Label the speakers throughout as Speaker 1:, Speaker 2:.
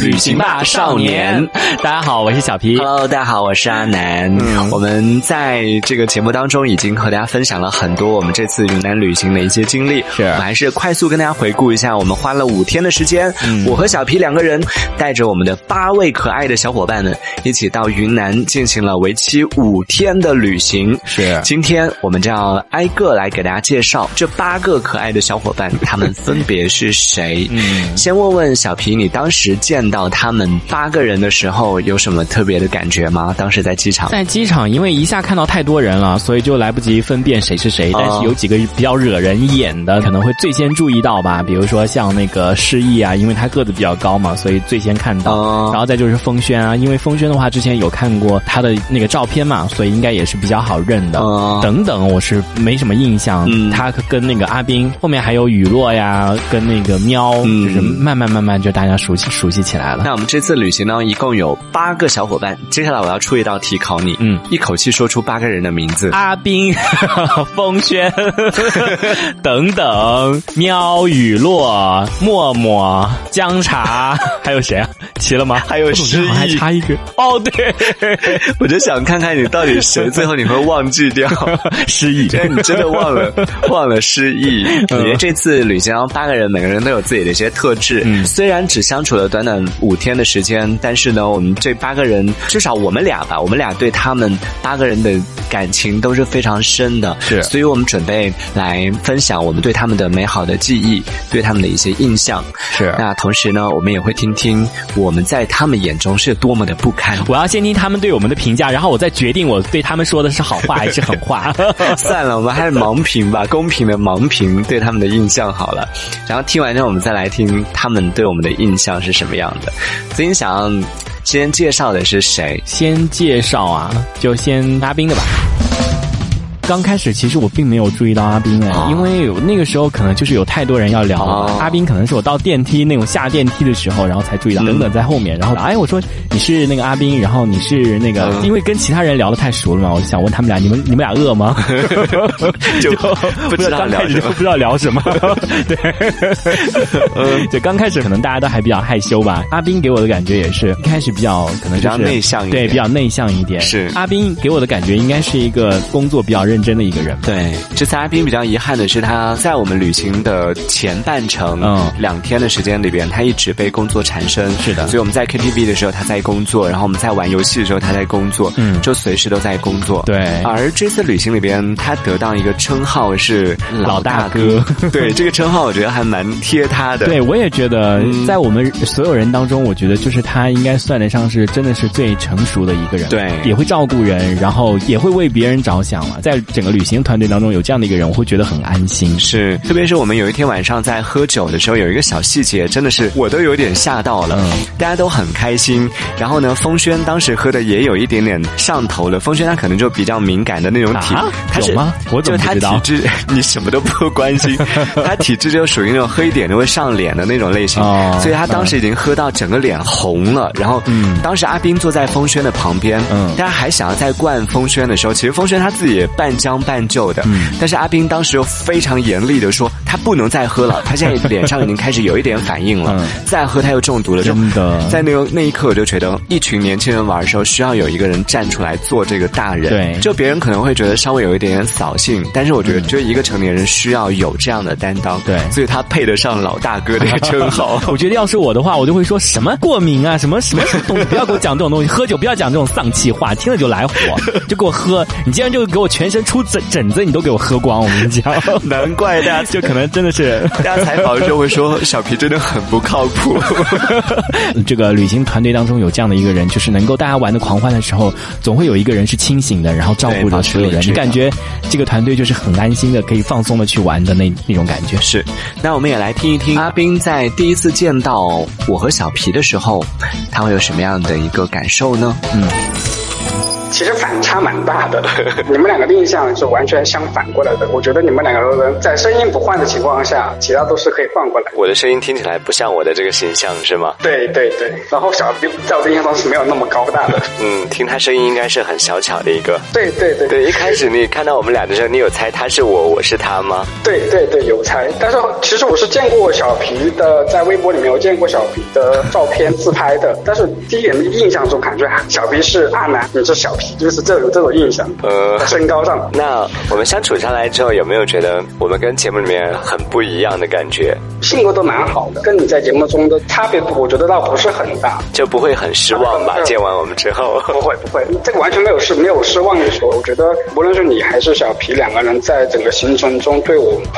Speaker 1: 旅行吧少年！
Speaker 2: 大家好，我是小皮。
Speaker 1: Hello，大家好，我是阿南。
Speaker 2: 嗯
Speaker 1: 我们在这个节目当中已经和大家分享了很多我们这次云南旅行的一些经历，
Speaker 2: 是
Speaker 1: 我们还是快速跟大家回顾一下，我们花了五天的时间，
Speaker 2: 嗯
Speaker 1: 我和小皮两个人带着我们的八位可爱的小伙伴们，一起到云南进行了为期五天的旅行。
Speaker 2: 是
Speaker 1: 今天我们这样挨个来给大家介绍这八个可爱的小伙伴，他们分别是谁？
Speaker 2: 嗯
Speaker 1: 先问问小皮，你当时见到他们八个人的时候有什么特别的感觉吗？当时在机场，
Speaker 2: 在机场，因为一下看到太多人了，所以就来不及分辨谁是谁。
Speaker 1: 哦
Speaker 2: 但是有几个比较惹人眼的，可能会最先注意到吧。比如说像那个失忆啊，因为他个子比较高嘛，所以最先看到。
Speaker 1: 哦
Speaker 2: 然后再就是风轩啊，因为风轩的话之前有看过他的那个照片嘛，所以应该也是比较好认的。
Speaker 1: 嗯
Speaker 2: 等等，我是没什么印象。
Speaker 1: 嗯
Speaker 2: 他跟那个阿斌，后面还有雨落呀，跟那个喵，
Speaker 1: 嗯
Speaker 2: 就是慢慢慢慢就大家熟悉熟悉起来了。
Speaker 1: 那我们这次旅行呢，一共有八个小伙伴。接下来我要出一道题考你，
Speaker 2: 嗯，啊
Speaker 1: 一口气说出八个人的名字。
Speaker 2: 阿斌、 风轩 等等，喵、雨落、默默、姜茶， 还有谁啊？齐了吗？
Speaker 1: 还有失忆
Speaker 2: 我还差一个。哦，对，
Speaker 1: 我就想看看你到底谁最后你会忘记掉。
Speaker 2: 失 忆。
Speaker 1: 这你真的忘了忘了失忆。
Speaker 2: 嗯
Speaker 1: 我觉得这次旅行啊八个人，每个人都有自己的一些特质。
Speaker 2: 嗯
Speaker 1: 虽然只相处了短短五天的时间，但是呢，我们这八个人，至少我们俩吧，我们俩对他们八个人的感情都是非常深的。
Speaker 2: 是
Speaker 1: 所以我们准备来分享我们对他们的美好的记忆，对他们的一些印象。
Speaker 2: 是
Speaker 1: 那同时呢，我们也会听听我们在他们眼中是多么的不堪。
Speaker 2: 我要先听他们对我们的评价，然后我再决定我对他们说的是好话还是狠 话。
Speaker 1: 算了，我们还是盲评吧，公平的盲评对他们的印象好了。然后听完之后，我们再来听他们对我们的印象是什么样的。所以你想先介绍的 是谁？
Speaker 2: 先介绍啊，就先阿斌的吧。刚开始其实我并没有注意到阿斌哎，
Speaker 1: 啊
Speaker 2: 因为那个时候可能就是有太多人要聊了吧。
Speaker 1: 哦
Speaker 2: 阿斌可能是我到电梯那种下电梯的时候，然后才注意到，
Speaker 1: 嗯
Speaker 2: 等等在后面，然后哎我说你是那个阿斌，然后你是那个，
Speaker 1: 嗯
Speaker 2: 因为跟其他人聊的太熟了嘛，我就想问他们俩，你们你们俩饿吗？
Speaker 1: 就
Speaker 2: 不
Speaker 1: 不知道
Speaker 2: 刚
Speaker 1: 聊
Speaker 2: 开始
Speaker 1: 什
Speaker 2: 就
Speaker 1: 么
Speaker 2: 不知道聊 什么，
Speaker 1: 嗯
Speaker 2: 对，就刚开始可能大家都还比较害羞吧。阿斌给我的感觉也是一开始比较可能、就是、
Speaker 1: 比较内向一点
Speaker 2: 对，比较内向一点。
Speaker 1: 是
Speaker 2: 阿斌给我的感觉应该是一个工作比较认真的一个人吧。
Speaker 1: 对，这次阿斌比较遗憾的是，他在我们旅行的前半程，
Speaker 2: 嗯
Speaker 1: 两天的时间里边，他一直被工作缠身。
Speaker 2: 是的
Speaker 1: 所以我们在 KTV 的时候他在工作，然后我们在玩游戏的时候他在工作，
Speaker 2: 嗯
Speaker 1: 就随时都在工作。
Speaker 2: 对
Speaker 1: 而这次旅行里边，他得到一个称号是
Speaker 2: 老
Speaker 1: 大
Speaker 2: 大哥
Speaker 1: 对，这个称号我觉得还蛮贴他的。
Speaker 2: 对，。我也觉得
Speaker 1: 嗯，
Speaker 2: 在我们所有人当中，我觉得就是他应该算得上是真的是最成熟的一个人，
Speaker 1: 对
Speaker 2: 也会照顾人，然后也会为别人着想了。在整个旅行团队当中有这样的一个人，我会觉得很安心。
Speaker 1: 是，特别是我们有一天晚上在喝酒的时候，有一个小细节，真的是我都有点吓到了。
Speaker 2: 嗯
Speaker 1: 大家都很开心，然后呢，风轩当时喝的也有一点点上头了。风轩他可能就比较敏感的那种体，
Speaker 2: 啊
Speaker 1: 他是
Speaker 2: 有吗我怎
Speaker 1: 就
Speaker 2: 么
Speaker 1: 是他
Speaker 2: 不知
Speaker 1: 体
Speaker 2: 道
Speaker 1: 质，你什么都不关 心，他体质就属于那种喝一点就会上脸的那种类型，
Speaker 2: 哦
Speaker 1: 所以他当时已经喝到整个脸红了。然后，
Speaker 2: 嗯
Speaker 1: 当时阿斌坐在风轩的旁边，
Speaker 2: 嗯
Speaker 1: 大家还想要再灌风轩的时候，其实风轩他自己也半将半就的，
Speaker 2: 嗯
Speaker 1: 但是阿斌当时又非常严厉的说，他不能再喝了，他现在脸上已经开始有一点反应了，
Speaker 2: 嗯
Speaker 1: 再喝他又中毒了，就
Speaker 2: 真的
Speaker 1: 在那个那一刻，我就觉得一群年轻人玩的时候，需要有一个人站出来做这个大人。
Speaker 2: 对嗯
Speaker 1: 就别人可能会觉得稍微有一点点扫兴，但是我觉得，就一个成年人需要有这样的担当。
Speaker 2: 对
Speaker 1: 所以他配得上老大哥这个 称号。
Speaker 2: 我觉得要是我的话，我就会说什么过敏啊，什 么什么什么东西，不要给我讲这种东西，喝酒不要讲这种丧气话，听了就来火，就给我喝。你竟然就给我全身出疹疹子，你都给我喝光，我跟你讲，
Speaker 1: 难怪大家
Speaker 2: 就可能真的是
Speaker 1: 大家采访的时候会说，小皮真的很不靠谱。
Speaker 2: 这个旅行团队当中有这样的一个人，就是能够大家玩的狂欢的时候，总会有一个人是清醒的，然后照顾
Speaker 1: 对保
Speaker 2: 着
Speaker 1: 持
Speaker 2: 所有
Speaker 1: 理
Speaker 2: 人，
Speaker 1: 智
Speaker 2: 你感
Speaker 1: 的
Speaker 2: 觉这个团队就是很安心的，可以放松的去玩的那那种感觉。
Speaker 1: 是，那我们也来听一听阿斌在第一次见到我和小皮的时候，他会有什么样的一个感受呢？
Speaker 2: 嗯，
Speaker 3: 其实反差蛮大 的。你们两个的印象是完全相反过来的。我觉得你们两个人在声音不换的情况下，其他都是可以换过来的。
Speaker 1: 我的声音听起来不像我的这个形象是吗？
Speaker 3: 对对对，然后小 B 在我的印象中是没有那么高大的。
Speaker 1: 嗯，听他声音应该是很小巧的一个。
Speaker 3: 对对对
Speaker 1: 对，一开始你看到我们俩的时候，你有猜他是我，我是他吗？
Speaker 3: 对对对，有才。但是其实我是见过小皮的，在微博里面有见过小皮的照片自拍的，但是第一眼印象中感觉小皮是阿南，你是小皮，就是这种这种印象。
Speaker 1: 呃
Speaker 3: 在身高上，
Speaker 1: 那我们相处下来之后，有没有觉得我们跟节目里面很不一样的感觉？
Speaker 3: 性格都蛮好的，跟你在节目中的差别，我觉得倒不是很大。
Speaker 1: 就不会很失望 吧？
Speaker 3: 嗯
Speaker 1: 见完我们之后，
Speaker 3: 不会不会，这个完全没有失没有失望的说。我觉得无论是你还是小皮两个人，在整个行程中对我们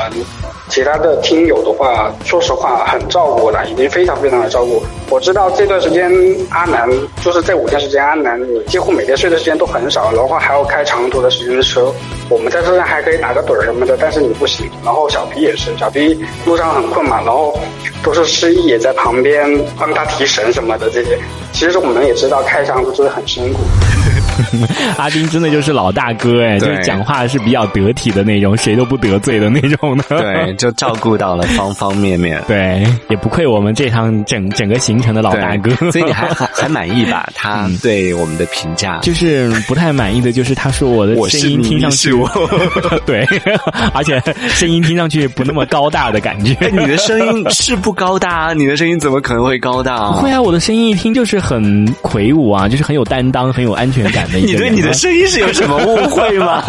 Speaker 3: 其他的听友的话，说实话很照顾了，已经非常非常的照顾。我知道这段时间阿南就是这五天时间，阿南你几乎每天睡的时间都很少，然后还要开长途的时间的车。我们在车上还可以打个盹儿什么的，但是你不行。然后小皮也是，小皮路上很困嘛，然后都是失忆也在旁边帮他提神什么的这些。其实我们也知道开长途真的很辛苦。
Speaker 2: 阿丁真的就是老大哥哎，就
Speaker 1: 对
Speaker 2: 是讲话是比较得体的那种，谁都不得罪的那种呢。。
Speaker 1: 对，就照顾到了方方面面
Speaker 2: 对，也不愧我们这趟整整个行程的老
Speaker 1: 对
Speaker 2: 大哥。
Speaker 1: 所以你还还还满意吧？他对我们的评价，
Speaker 2: 就是不太满意的，就是他说我的
Speaker 1: 我是
Speaker 2: 声音
Speaker 1: 你
Speaker 2: 听上
Speaker 1: 你
Speaker 2: 去
Speaker 1: 是我，
Speaker 2: 对，而且声音听上去不那么高大的感觉。
Speaker 1: 哎，你的声音是不高大啊，你的声音怎么可能会高大
Speaker 2: 不
Speaker 1: 啊？
Speaker 2: 会啊，我的声音一听就是很魁梧啊，就是很有担当、很有安全感的一个啊
Speaker 1: 你对你的声音是有什么误会吗？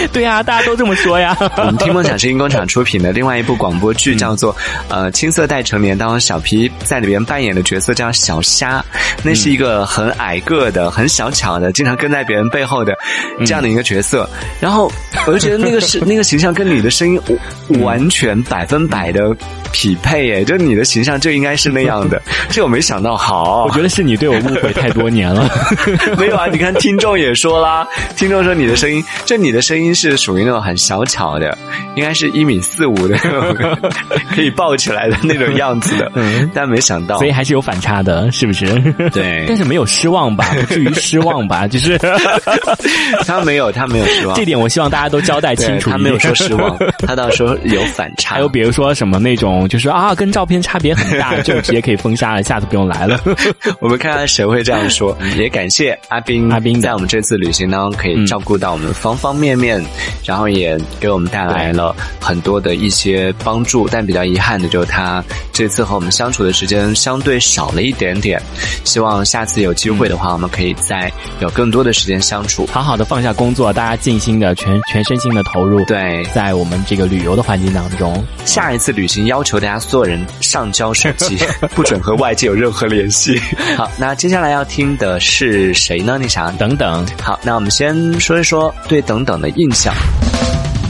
Speaker 2: 音，对啊，大家都这么说 呀。
Speaker 1: 我们听梦想声音工厂出品的另外一部广播剧叫做《呃青涩带成年》，当中小皮在里边扮演的角色叫小虾，那是一个很矮个的、很小巧的，经常跟在别人背后的这样的一个角色。然后我就觉得那个是 那个形象跟你的声音完完全百分百的匹配耶，就你的形象就应该是那样的，这我没想到，好
Speaker 2: 我。觉得是你对我误会太多年 了。
Speaker 1: 没有啊，你看听众也说啦，听众说你的声音，就你的声音是属于那种很小巧的，应该是一米四五的那种， 可以抱起来的那种样子的，但没想到
Speaker 2: 嗯所，以还是有反差的，是不是？
Speaker 1: 对
Speaker 2: 但是没有失望吧，不至于失望吧，就是
Speaker 1: 他没有，他没有失 望
Speaker 2: 这，点，我希望大家都交代清
Speaker 1: 对
Speaker 2: 楚。
Speaker 1: 他没有说失 望。，他倒说有反差，
Speaker 2: 还有比如说什么那种，就是啊，跟照片差别很大，就直接可以封杀了，下次不用来了。
Speaker 1: 我们看看谁会这样说。也感谢阿斌，
Speaker 2: 嗯阿斌的
Speaker 1: 在我们这次旅行当中可以照顾到我们方方面面，然后也给我们带来了很多的一些帮助。但比较遗憾的就是他这次和我们相处的时间相对少了一点点。希望下次有机会的话，我们可以再有更多的时间相处。
Speaker 2: 好好的放下工作，大家尽心的全全身心的投入，，
Speaker 1: 对，
Speaker 2: 在我们这个旅游的环境当中，
Speaker 1: 下一次旅行要求大家所有人上交手 机，不准和外界有任何联系。好，那接下来要听的是谁呢？你想？
Speaker 2: 等等，
Speaker 1: 好，那我们先说一说对等等的印象。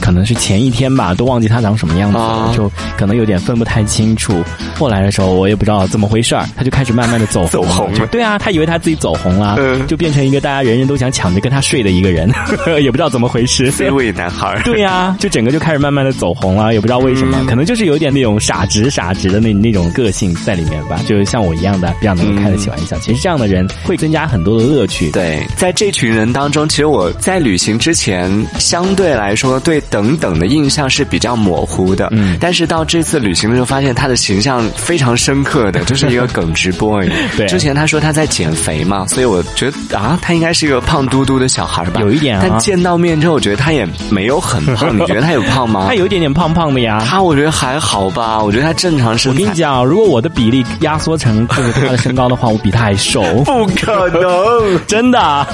Speaker 2: 可能是前一天吧，都忘记他长什么样子了，
Speaker 1: 啊
Speaker 2: 就可能有点分不太清楚。后来的时候，我也不知道怎么回事儿，他就开始慢慢的走
Speaker 1: 走红了
Speaker 2: 就对啊，他以为他自己走红了，
Speaker 1: 嗯
Speaker 2: 就变成一个大家人人都想抢着跟他睡的一个人， 也不知道怎么回事。
Speaker 1: C 位男孩，
Speaker 2: 对呀、 就整个就开始慢慢的走红了，也不知道为什
Speaker 1: 嗯
Speaker 2: 么，可能就是有点那种傻直傻直的那那种个性在里面吧，就是像我一样的，比较能够开得起玩笑。其实这样的人会增加很多的乐趣。
Speaker 1: 嗯对，在这群人当中，其实我在旅行之前，相对来说对等等的印象是比较模糊的。
Speaker 2: 嗯
Speaker 1: 但是到这次旅行的时候，发现他的形象非常深刻的，就是一个耿直 boy。
Speaker 2: 对
Speaker 1: 之前他说他在减肥嘛，所以我觉得啊，他应该是一个胖嘟嘟的小孩吧，
Speaker 2: 有一点啊
Speaker 1: 但见到面之后，我觉得他也没有很 胖。你觉得他有胖吗
Speaker 2: 他？有一点点胖胖的呀，
Speaker 1: 他我觉得还好吧，我觉得他正常身
Speaker 2: 我
Speaker 1: 材。
Speaker 2: 跟你讲，如果我的比例压缩成就是他的身高的话，我比他还瘦，
Speaker 1: 不可能。呃
Speaker 2: 真的 啊。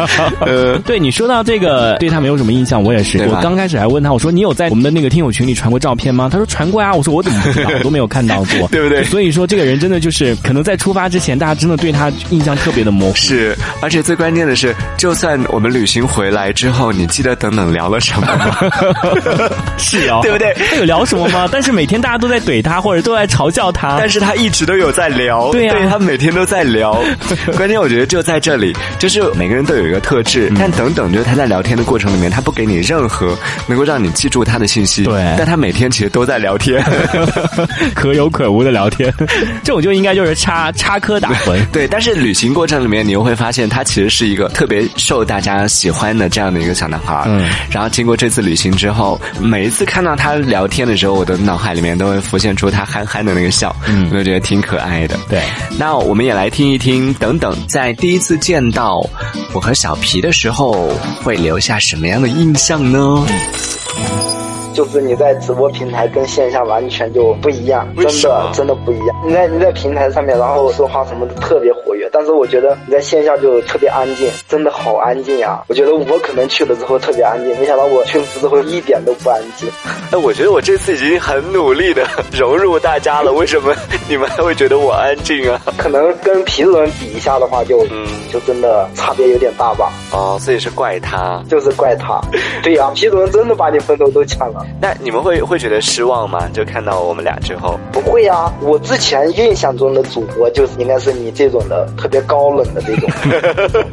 Speaker 2: 对你说到这个，对他没有什么印象，我也是。
Speaker 1: 对吧
Speaker 2: 我刚开始还问他，我说你有在我们的那个听友群里传过照片吗？他说传过啊。我说我怎么不知道，我都没有看到过，
Speaker 1: 对不对
Speaker 2: 所以说这个人真的就是，可能在出发之前，大家真的对他印象特别的模糊。
Speaker 1: 是，而且最关键的是，就算我们旅行回来之后，你记得等等聊了什么吗？
Speaker 2: 是哦，
Speaker 1: 对不对
Speaker 2: 他有聊什么 吗？但是每天大家都在怼他，或者都在嘲笑他。
Speaker 1: 但是他一直都有在聊，
Speaker 2: 对啊
Speaker 1: 他每天都 在聊。关键我觉得就在这里，
Speaker 2: 嗯
Speaker 1: 就是每个人都有一个特质，但等等就是他在聊天的过程里面，他不给你任何能够让你记住他的信息，
Speaker 2: 对
Speaker 1: 但他每天其实都在聊 天。
Speaker 2: 可有可无的聊天，这种就应该就是插插科打诨。
Speaker 1: 对，但是旅行过程里面，你又会发现他其实是一个特别受大家喜欢的这样的一个小男孩。
Speaker 2: 嗯，
Speaker 1: 然后经过这次旅行之后，每一次看到他聊天的时候，我的脑海里面都会浮现出他憨憨的那个笑，
Speaker 2: 嗯
Speaker 1: 我就觉得挺可爱的。
Speaker 2: 对，
Speaker 1: 那我们也来听一听，等等在第一次见到我和小皮的时候，会留下什么样的印象呢？
Speaker 4: 就是你在直播平台跟线下完全就不一样，真的真的不一样。你在你在平台上面，然后说话什么的特别活跃，但是我觉得你在线下就特别安静，真的好安静呀、我觉得我可能去了之后特别安静，没想到我去了之后一点都不安静。
Speaker 1: 那哎我觉得我这次已经很努力的 融入大家了，为什么你们还会觉得我安静啊？
Speaker 4: 可能跟评论比一下的话就，
Speaker 1: 嗯
Speaker 4: 就真的差别有点大吧。
Speaker 1: 哦，所以是怪他。
Speaker 4: 就是怪他，对呀、皮伦真的把你风头都抢了。
Speaker 1: 那你们会会觉得失望吗？就看到我们俩之后，
Speaker 4: 不会呀、我之前印象中的主播就是应该是你这种的，特别高冷的这种，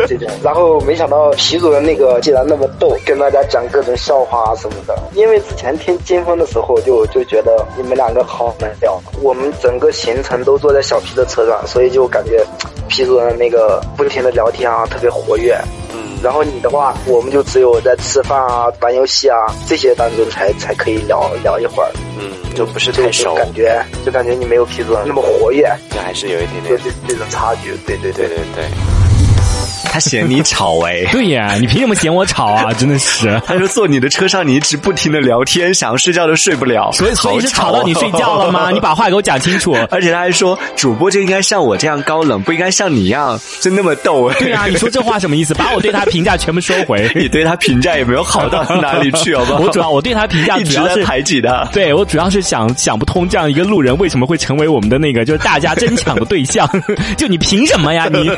Speaker 4: 这种。然后没想到皮主任那个竟然那么逗，跟大家讲各种笑话啊什么的。因为之前听金峰的时候就就觉得你们两个好难聊，我们整个行程都坐在小皮的车上，所以就感觉皮主任那个不停的聊天啊，特别活跃。
Speaker 1: 嗯，
Speaker 4: 然后你的话，我们就只有在吃饭啊、玩游戏啊这些当中才才可以聊聊一会儿。
Speaker 1: 嗯，就不是
Speaker 4: 就
Speaker 1: 太
Speaker 4: 就
Speaker 1: 熟，
Speaker 4: 感觉就感觉你没有皮子那么活跃，
Speaker 1: 就还是有一点
Speaker 4: 就
Speaker 1: 点。
Speaker 4: 这这种差距，对对
Speaker 1: 对
Speaker 4: 对
Speaker 1: 对对，他嫌你吵哎、
Speaker 2: 对呀，你凭什么嫌我吵 啊？真的是，
Speaker 1: 他说坐你的车上，你一直不停的聊天，想睡觉都睡不了，啊
Speaker 2: 所以所以是吵啊到你睡觉了 吗？你把话给我讲清楚。
Speaker 1: 而且他还说，主播就应该像我这样高冷，不应该像你一样就那么逗、哎
Speaker 2: 对 呀，你说这话什么意思？把我对他评价全部收回。
Speaker 1: 你对他评价也没有好到哪里去，好不好？
Speaker 2: 我主要我对他评价
Speaker 1: 一
Speaker 2: 主
Speaker 1: 直
Speaker 2: 要
Speaker 1: 在
Speaker 2: 是
Speaker 1: 排挤他。
Speaker 2: 对我主要是想想不通，这样一个路人为什么会成为我们的那个就是大家争抢的对象？ 就你凭什么呀你？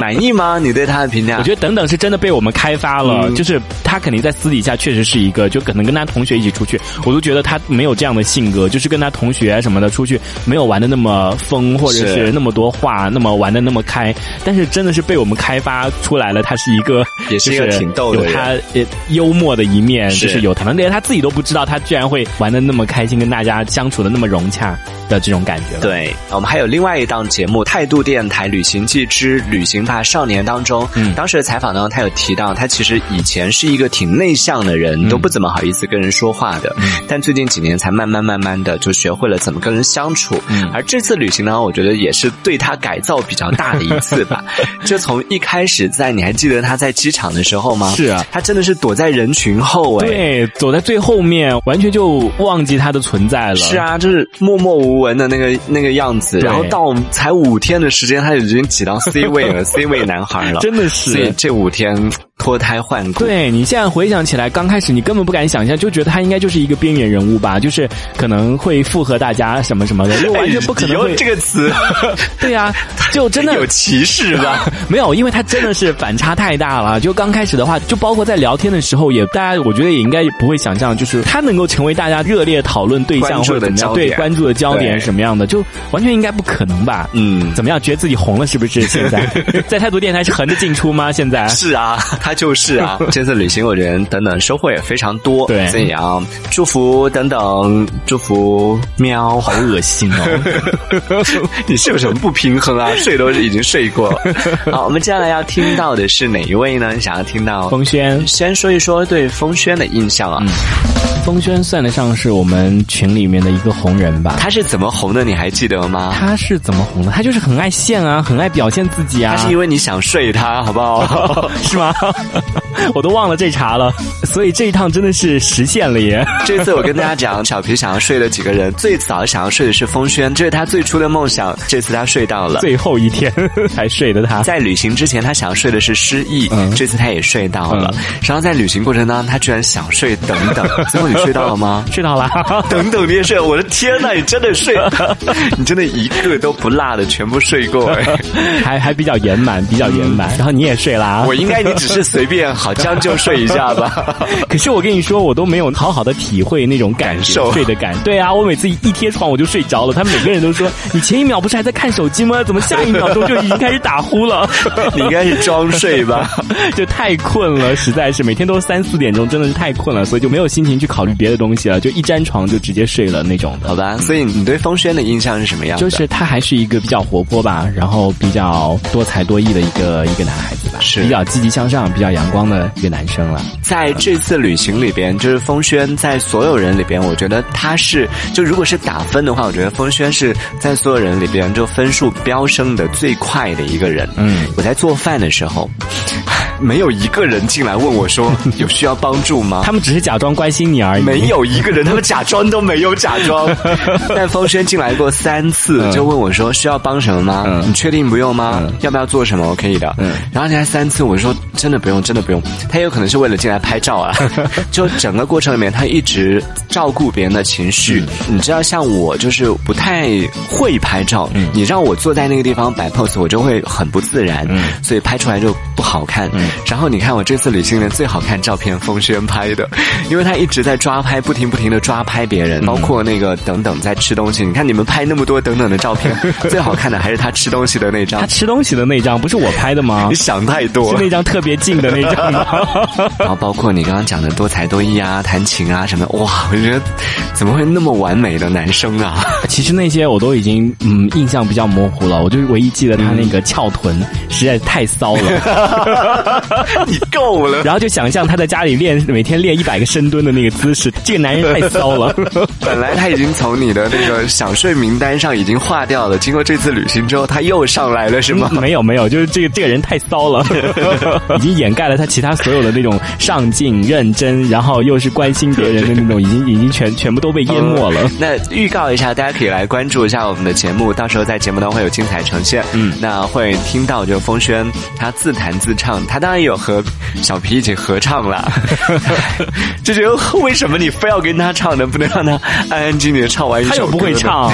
Speaker 1: 满意吗？你对他的评价？
Speaker 2: 我觉得等等是真的被我们开发了，
Speaker 1: 嗯
Speaker 2: 就是他肯定在私底下确实是一个，就可能跟他同学一起出去，我都觉得他没有这样的性格，就是跟他同学啊什么的出去没有玩的那么疯，或者
Speaker 1: 是
Speaker 2: 是那么多话，那么玩的那么开。但是真的是被我们开发出来了，他是一个
Speaker 1: 也是一个
Speaker 2: 就
Speaker 1: 挺逗的
Speaker 2: 有
Speaker 1: 人
Speaker 2: 他呃幽默的一面，
Speaker 1: 是
Speaker 2: 就是有，可能连他自己都不知道，他居然会玩的那么开心，跟大家相处的那么融洽的这种感觉。。
Speaker 1: 对，我们还有另外一档节目《态度电台旅行记之旅行吧少年》当中，
Speaker 2: 嗯
Speaker 1: 当时的采访呢，他有提到，他其实以前是一个挺内向的
Speaker 2: 嗯
Speaker 1: 人，都不怎么好意思跟人说话的，但最近几年才慢慢慢慢的就学会了怎么跟人相处。
Speaker 2: 嗯
Speaker 1: 而这次旅行呢，我觉得也是对他改造比较大的一次 吧。就从一开始在，你还记得他在机场的时候吗？
Speaker 2: 是啊
Speaker 1: 他真的是躲在人群后、哎，
Speaker 2: 对，走在最后面，完全就忘记他的存在了。
Speaker 1: 是啊，就是默默无闻的那个那个样子，
Speaker 2: 对
Speaker 1: 然后到才五天的时间，他已经挤到 C 位了，C 位男孩 了，
Speaker 2: 真的
Speaker 1: 所以
Speaker 2: 是。
Speaker 1: 这五天脱胎换骨。
Speaker 2: 对你现在回想起来，刚开始你根本不敢想象，就觉得他应该就是一个边缘人物吧，就是可能会附和大家什么什么的，就
Speaker 1: 哎，
Speaker 2: 完全不可
Speaker 1: 你
Speaker 2: 能
Speaker 1: 用
Speaker 2: 会。
Speaker 1: 这个 词
Speaker 2: 对呀、就真的
Speaker 1: 有啊歧视 吧？
Speaker 2: 没有，因为他真的是反差太大了。就刚开始的话，就包括在聊天的时候也，大家我觉得也应该不会想象，就是他能够成为大家热烈讨论对象
Speaker 1: 关注
Speaker 2: 或者怎
Speaker 1: 的
Speaker 2: 么样，
Speaker 1: 焦点
Speaker 2: 对关注的焦点
Speaker 1: 对
Speaker 2: 什么样的，就完全应该不可能吧？
Speaker 1: 嗯，
Speaker 2: 怎么样？觉得自己红了是不是？现 在在态度电台是横着进出吗？现在
Speaker 1: 是啊，他就是 啊。这次旅行，我觉得等等收获也非常多，
Speaker 2: 对
Speaker 1: 所以啊，祝福等等，祝福喵。
Speaker 2: 好恶心 哦！
Speaker 1: 你是有什么不平衡啊？睡都已经睡过 了。好，我们接下来要听到的是哪一位呢？想要听到
Speaker 2: 风轩，
Speaker 1: 先说一说对风轩的印象啊，
Speaker 2: 嗯风轩算得上是我们群里面的一个红人吧。
Speaker 1: 他是怎么红的？你还记得吗？
Speaker 2: 他是怎么红的？他就是很爱现啊，很爱表现自己啊。
Speaker 1: 他是因为你想睡他，好 不好？
Speaker 2: 是吗？我都忘了这茬了，所以这一趟真的是实现了 耶！
Speaker 1: 这次我跟大家讲，小皮想要睡的几个人，最早想要睡的是风轩，这是他最初的梦想。这次他睡到了。
Speaker 2: 最后一天 才睡的他，
Speaker 1: 在旅行之前，他想要睡的是失忆，
Speaker 2: 嗯？
Speaker 1: 这次他也睡到了。然后在旅行过程当中，他居然想睡等等，最后你睡到了吗
Speaker 2: 睡 到了。
Speaker 1: 等等，你也睡了，我的天呐，你真 的睡，你真的一个都不落的全部 睡过、哎 嗯
Speaker 2: 还还比较圆满，比较圆满。然后你也睡啦、啊
Speaker 1: 我应该你只是随便好，这样就睡一下吧。
Speaker 2: 可是我跟你说，我都没有好好的体会那种感
Speaker 1: 感
Speaker 2: 觉
Speaker 1: 受
Speaker 2: 睡的感。对啊，我每次一贴床我就睡着了。他们每个人都说，你前一秒不是还在看手机吗？怎么下一秒钟就已经开始打呼了？
Speaker 1: 你应该是装睡吧？
Speaker 2: 就太困了，实在是每天都三四点钟，真的是太困了，所以就没有心情去考虑别的东西了，就一沾床就直接睡了那种的。
Speaker 1: 好吧，所以你对风轩的印象是什么样的？
Speaker 2: 就是他还是一个比较活泼吧，然后比较多才多艺的一个一个男孩子吧，
Speaker 1: 是
Speaker 2: 比较积极向上、比较阳光的一个男生了。
Speaker 1: 在这次旅行里边，就是风轩在所有人里边，我觉得他是就如果是打分的话，我觉得风轩是在所有人里边就分数飙升的最快的一个人。
Speaker 2: 嗯，
Speaker 1: 我在做饭的时候，没有一个人进来问我说有需要帮助吗？
Speaker 2: 他们只是假装关心你而已，
Speaker 1: 没有一个人，他们假装都没有假 装。但风轩进来过三次，就问我说：“需要帮什么吗？
Speaker 2: 嗯
Speaker 1: 你确定不用吗？要不要做什么？我可以的。
Speaker 2: 嗯
Speaker 1: 然后来三次，我说：“真的不用，真的不用。”他有可能是为了进来拍照啊。就整个过程里面，他一直照顾别人的情绪。你知道，像我就是不太会拍照，你让我坐在那个地方摆 pose，我就会很不自然，所以拍出来就不好看。然后你看我这次旅行里面最好看照片，风轩拍的，因为他一直在抓拍，不停不停的抓拍别人，包括那个等等在吃东西。你看你们拍那么多等等的照片，最好看的还是他吃东西的那
Speaker 2: 他
Speaker 1: 张。
Speaker 2: 吃东西的那张 不是我拍的吗
Speaker 1: 你？想太多
Speaker 2: 是
Speaker 1: 了。
Speaker 2: 那张特别近的那张吗？
Speaker 1: 然后包括你刚刚讲的多才多艺啊、弹琴啊什么的，哇，我觉得怎么会那么完美的男生啊？
Speaker 2: 其实那些我都已经嗯印象比较模糊了，我就唯一记得他那个翘臀实在是太骚了，
Speaker 1: 你够了。
Speaker 2: 然后就想象他在家里练每天练一百个深蹲的那个姿势，这个男人太骚了。
Speaker 1: 本来他已经从你的那个想睡名单上已经划掉了，经过这次旅行之后，他又上来了，是吗？
Speaker 2: 没有没有，就是这个这个人太骚了， 已经掩盖了他其他所有的那种上进、认真，然后又是关心别人的那种，已经已经全全部都被淹没了。
Speaker 1: 嗯那预告一下，大家可以来关注一下我们的节目，到时候在节目当中会有精彩呈现。嗯，那会听到就风轩他自弹自唱，他当然也有和小皮一起合 唱啦。就觉得为什么你非要跟他唱呢？不能让他安安静静的唱完一首
Speaker 2: 他又不会
Speaker 1: 歌呢
Speaker 2: 唱，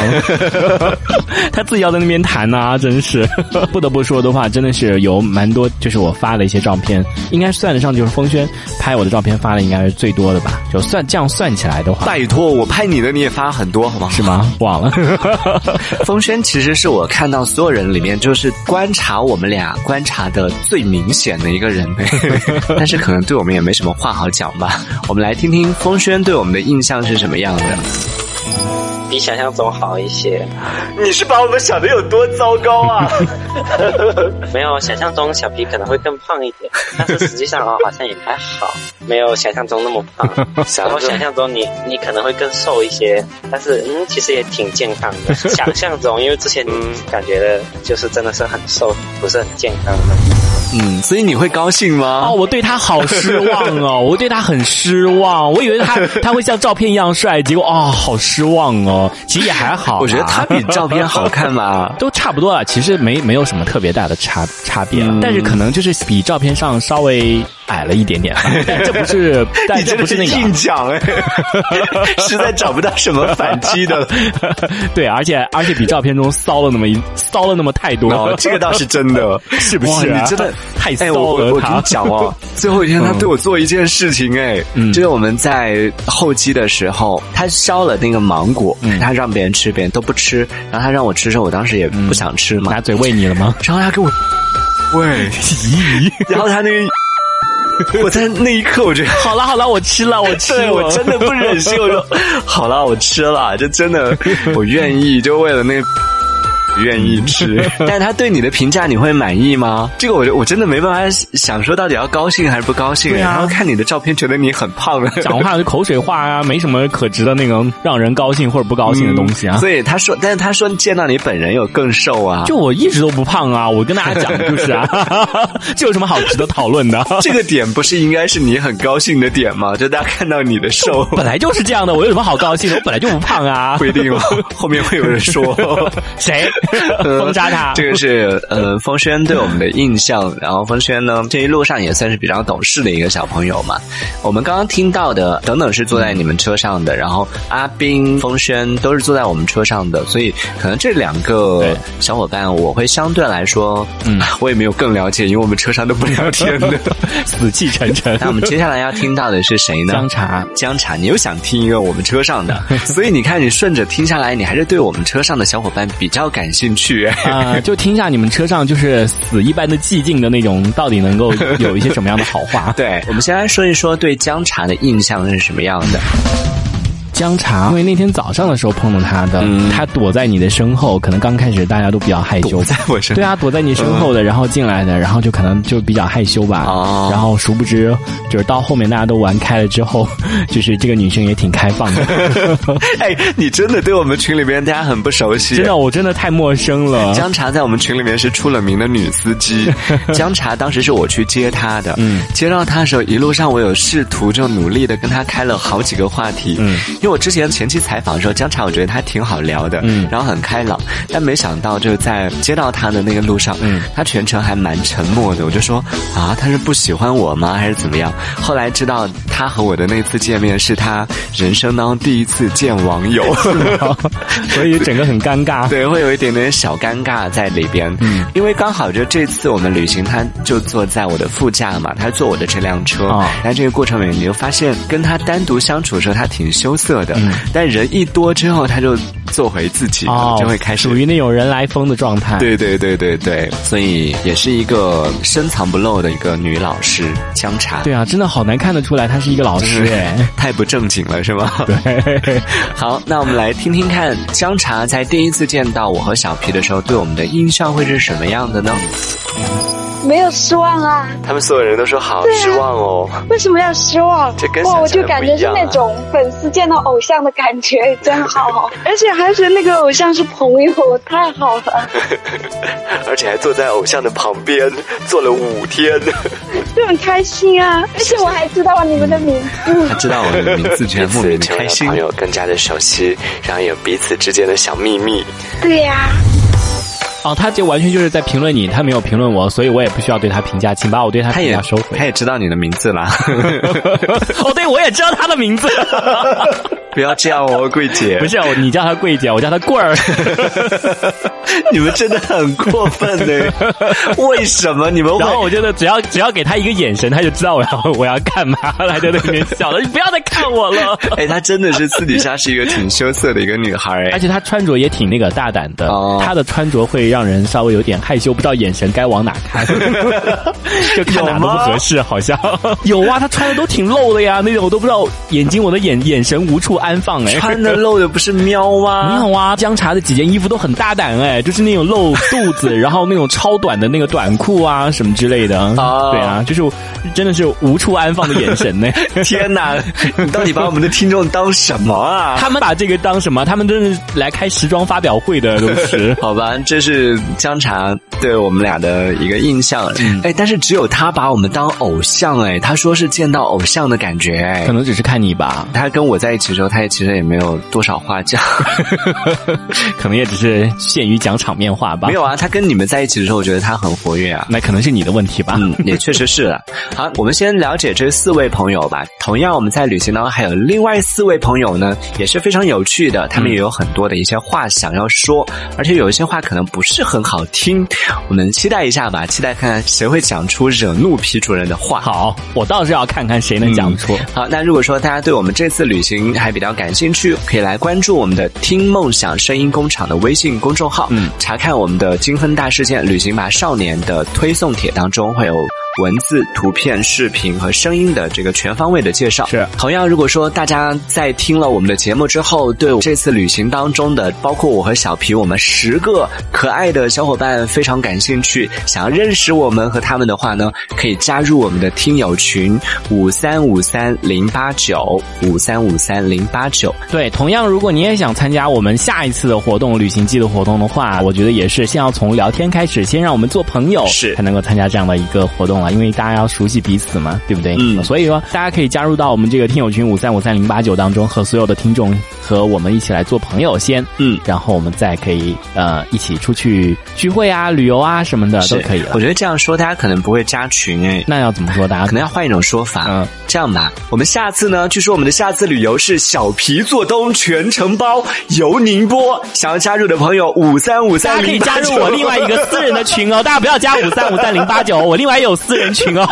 Speaker 2: 他自己要在那边弹呐、真是。 不得不说的话，真的是有蛮多，就是我发的一些照片，应该算得上就是风轩拍我的照片发的应该是最多的吧。就算这样算起来的话，
Speaker 1: 拜托，我拍你的你也发很多，好吗？
Speaker 2: 是吗？忘了。
Speaker 1: 风轩其实是我看到所有人里面，就是观察我们俩观察的最明显的一个人， 但是可能对我们也没什么话好讲吧。我们来听听风轩对我们的印象是什么样的。
Speaker 4: 比想象中好一些。
Speaker 1: 你是把我们想的有多糟糕啊？
Speaker 5: 没有想象中小皮可能会更胖一点，但是实际上哦，好像也还好，没有想象中那么胖。然后想象中你你可能会更瘦一些，但是嗯，其实也挺健康的。想象中，因为之前感觉的就是真的是很瘦，不是很健康的。
Speaker 1: 嗯，所以你会高兴吗
Speaker 2: 哦，？我对他好失望哦，我对他很失望，我以为他他会像照片一样帅，结果哦，好失望哦。其实也还好啊、。
Speaker 1: 我觉得他比照片好看吧
Speaker 2: 都差不多了，其实没没有什么特别大的差差别了，
Speaker 1: 嗯
Speaker 2: 但是可能就是比照片上稍微矮了一点点吧，但这不 是，但
Speaker 1: 你
Speaker 2: 这
Speaker 1: 真
Speaker 2: 不
Speaker 1: 的
Speaker 2: 是那个啊。
Speaker 1: 硬讲哎， 实在找不到什么 反击的了。
Speaker 2: 对，而且而且比照片中骚了那么一骚了那么太多，
Speaker 1: 哦，这个倒是真 的，
Speaker 2: 是不是啊
Speaker 1: 哇你真的
Speaker 2: 太骚
Speaker 1: 哎，
Speaker 2: 了
Speaker 1: 我我我
Speaker 2: 他
Speaker 1: 跟你讲哦， 最后一天他对我做一件事情，哎，
Speaker 2: 嗯
Speaker 1: 就是我们在后期的时候，他削了那个芒果，他让别人吃，别人都不吃，然后他让我吃的时候，我当时也不想吃嘛，
Speaker 2: 拿嘴喂你了 吗？
Speaker 1: 然后他给我，嗯喂， 然后他那 个，我在那一刻我觉得。
Speaker 2: 好了好了，我吃了我吃
Speaker 1: 对，
Speaker 2: 了，
Speaker 1: 我真的不忍心。我说，好了，我吃了，这真的，我愿意，就为了那个愿意吃。 但是他对你的评价，你会满意吗？这个我就我真的没办法想说到底要高兴还是不高兴。
Speaker 2: 对啊
Speaker 1: 然后看你的照片，觉得你很胖。
Speaker 2: 讲话就口水话啊，没什么可值得那个让人高兴或者不高兴的东西啊。
Speaker 1: 嗯所以他说，但是他说见到你本人有更瘦啊，
Speaker 2: 就我一直都不胖啊，我跟大家讲就是 啊， 这有什么好值得讨论的？
Speaker 1: 这个点不是应该是你很高兴的点吗？就大家看到你的 瘦，
Speaker 2: 本来就是这样的，我有什么好高兴的？我本来就不胖啊
Speaker 1: 不。一定哦，后面会有人说。
Speaker 2: 谁？封杀他。
Speaker 1: 这个是呃，风轩对我们的印象。然后风轩呢，这一路上也算是比较懂事的一个小朋友嘛。我们刚刚听到的等等是坐在你们车上的，然后阿斌、风轩都是坐在我们车上的，所以可能这两个
Speaker 2: 对
Speaker 1: 小伙伴，我会相对来说，
Speaker 2: 嗯，
Speaker 1: 我也没有更了解，因为我们车上都不聊天的。
Speaker 2: 死气沉沉。
Speaker 1: 那我们接下来要听到的是谁呢？
Speaker 2: 姜茶，
Speaker 1: 姜茶，你又想听一个我们车 上的，所以你看，你顺着听下来，你还是对我们车上的小伙伴比较感兴趣。？
Speaker 2: 啊、就听一下你们车上就是死一般的寂静的那种，到底能够有一些什么样的好话
Speaker 1: 对，我们先来说一说对姜茶的印象是什么样 的。
Speaker 2: 姜茶，因为那天早上的时候碰到他的，他躲在你的身后，可能刚开始大家都比较害羞
Speaker 1: 嗯躲。在我身
Speaker 2: 对啊，躲在你身后的，然后进来的，然后就可能就比较害羞吧。
Speaker 1: 嗯哦
Speaker 2: 然后殊不知，就是到后面大家都玩开了之后， 就是这个女生也挺开放 的。
Speaker 1: 哎，你真的对我们群里边大家很不熟悉。
Speaker 2: 真的，我真的太陌生了。
Speaker 1: 姜茶在我们群里面是出了名的女司 机。姜茶当时是我去接她的，
Speaker 2: 嗯
Speaker 1: 接到她的时候，一路上我有试图就努力的跟她开了好几个话题，
Speaker 2: 嗯，
Speaker 1: 因为我之前前期采访的时候，姜茶我觉得她挺好聊的，
Speaker 2: 嗯
Speaker 1: 然后很开朗，但没想到就是在接到她的那个路上，
Speaker 2: 嗯，
Speaker 1: 她全程还蛮沉默的，我就说啊，她是不喜欢我吗，还是怎么样？后来知道她和我的那次见面是她人生当中第一次见网友。
Speaker 2: 所以整个很尴尬。
Speaker 1: 对，会有一点点小尴尬在里边。嗯，因为刚好就这次我们旅行，他就坐在我的副驾嘛，他坐我的这辆车。
Speaker 2: 哦
Speaker 1: 但这个过程里面，你就发现跟他单独相处的时候，他挺羞涩的。
Speaker 2: 嗯
Speaker 1: 但人一多之后，他就做回自己了，
Speaker 2: 哦，
Speaker 1: 就会开始
Speaker 2: 属于那种人来疯的状态。
Speaker 1: 对对对对对，所以也是一个深藏不露的一个女老师，姜茶。
Speaker 2: 对啊，真的好难看得出来他是一个老 师哎。
Speaker 1: 太不正经了，是吗？对。
Speaker 2: 对，
Speaker 1: 好，那我们来听听看姜茶在第一次见到我和小皮的时候，对我们的印象会是什么样的呢？
Speaker 6: 没有失望啊！
Speaker 1: 他们所有人都说好
Speaker 6: 对啊
Speaker 1: 失望哦。
Speaker 6: 为什么要失望？
Speaker 1: 这跟想
Speaker 6: 哇，
Speaker 1: 象的不一样啊
Speaker 6: 我就感觉是那种粉丝见到偶像的感觉，真好， 而且还觉得那个偶像是朋友，太好了。
Speaker 1: 而且还坐在偶像的旁边坐了五天。
Speaker 6: 就很开心啊！而且我还知道了你们的名字，
Speaker 1: 他知道我的名字，居然莫名的开心。
Speaker 7: 朋友更加的熟悉，然后有彼此之间的小秘密。
Speaker 6: 对呀、
Speaker 2: 哦，他就完全就是在评论你，他没有评论我，所以我也不需要对他评价，请把我对他
Speaker 1: 他
Speaker 2: 评
Speaker 1: 也
Speaker 2: 价收 回
Speaker 1: 他。也知道你的名字 啦，
Speaker 2: 哦，对，我也知道他的名 字，
Speaker 1: 不要这样哦，桂姐。
Speaker 2: 不是我你叫他柜姐，我叫他棍儿。
Speaker 1: 你们真的很过分欸呢！ 为什么你们
Speaker 2: 然后
Speaker 1: 会？
Speaker 2: 我觉得只要只要给他一个眼神，他就知道我要我要干嘛了，他就在那边笑了，你不要再看我了。
Speaker 1: 哎，她真的是私底下是一个挺羞涩的一个女 孩
Speaker 2: 而
Speaker 1: 哎。
Speaker 2: 且他穿着也挺那个大胆的，
Speaker 1: 哦
Speaker 2: 他的穿着会让人稍微有点害羞，不知道眼神该往哪 看，就看哪都不合适，好像 有啊，他穿的都挺露的呀，那种我都不知道眼睛我的眼眼神无处安放哎。
Speaker 1: 穿的露的不是喵
Speaker 2: 没
Speaker 1: 吗？
Speaker 2: 有啊，姜茶的几件衣服都很大胆哎，就是那种露肚子，然后那种超短的那个短裤啊什么之类的。
Speaker 1: 哦
Speaker 2: 对啊，就是真的是无处安放的眼神呢。
Speaker 1: 天哪！你到底把我们的听众当什么啊？。
Speaker 2: 他们把这个当什么？他们真的是来开时装发表会的，都是
Speaker 1: 好吧，这是姜茶对我们俩的一个印象。哎，但是只有他把我们当偶像，哎，他说是见到偶像的感觉，哎
Speaker 2: 可。能只是看你 吧，
Speaker 1: 他跟我在一起的时候，他也其实也没有多少话讲，
Speaker 2: 可能也只是限于讲场面话吧。
Speaker 1: 没有，啊。他跟你们在一起的时候，我觉得他很活跃啊。
Speaker 2: 那可能是你的问题吧。
Speaker 1: 嗯，也确实是了。好，我们先了解这四位朋友吧。同样，我们在旅行当中还有另外四位朋友呢，也是非常有趣的。他们也有很多的一些话想要说，而且有一些话可能不是很好听。我们期待一下吧，期待看看谁会讲出惹怒皮主任的话。
Speaker 2: 好，我倒是要看看谁能
Speaker 1: 嗯
Speaker 2: 讲出。
Speaker 1: 好，那如果说大家对我们这次旅行还比较感兴趣，可以来关注我们的“听梦想声音工厂”的微信公众号，
Speaker 2: 嗯，
Speaker 1: 查看我们的“金婚大事件旅行吧少年”的推送帖当中会有。文字、图片、视频和声音的这个全方位的介绍
Speaker 2: 是
Speaker 1: 同样，如果说大家在听了我们的节目之后，对这次旅行当中的，包括我和小皮，我们十个可爱的小伙伴非常感兴趣，想要认识我们和他们的话呢，可以加入我们的听友群五三五三零八九五三五三零八九。
Speaker 2: 对，同样，如果你也想参加我们下一次的活动——旅行季的活动的话，我觉得也是先要从聊天开始，先让我们做朋友，
Speaker 1: 是
Speaker 2: 才能够参加这样的一个活动动了，因为大家要熟悉彼此嘛，对不对？
Speaker 1: 嗯
Speaker 2: 所以说大家可以加入到我们这个听友群五三五三零八九当中，和所有的听众和我们一起来做朋友先，
Speaker 1: 嗯，
Speaker 2: 然后我们再可以呃一起出去聚会啊、旅游啊什么的都
Speaker 1: 是
Speaker 2: 可以了
Speaker 1: 我。觉得这样说大家可能不会加群哎诶，
Speaker 2: 那要怎么说？大家
Speaker 1: 啊可能要换一种说法。
Speaker 2: 嗯
Speaker 1: 这样吧，我们下次呢，据说我们的下次旅游是小皮做东全程包游宁波，想要加入的朋友五三五
Speaker 2: 大
Speaker 1: 三
Speaker 2: 家可以
Speaker 1: 零
Speaker 2: 加入我另外一个私人的群哦，大家不要加五三五三零八九，我另外有私人群 哦。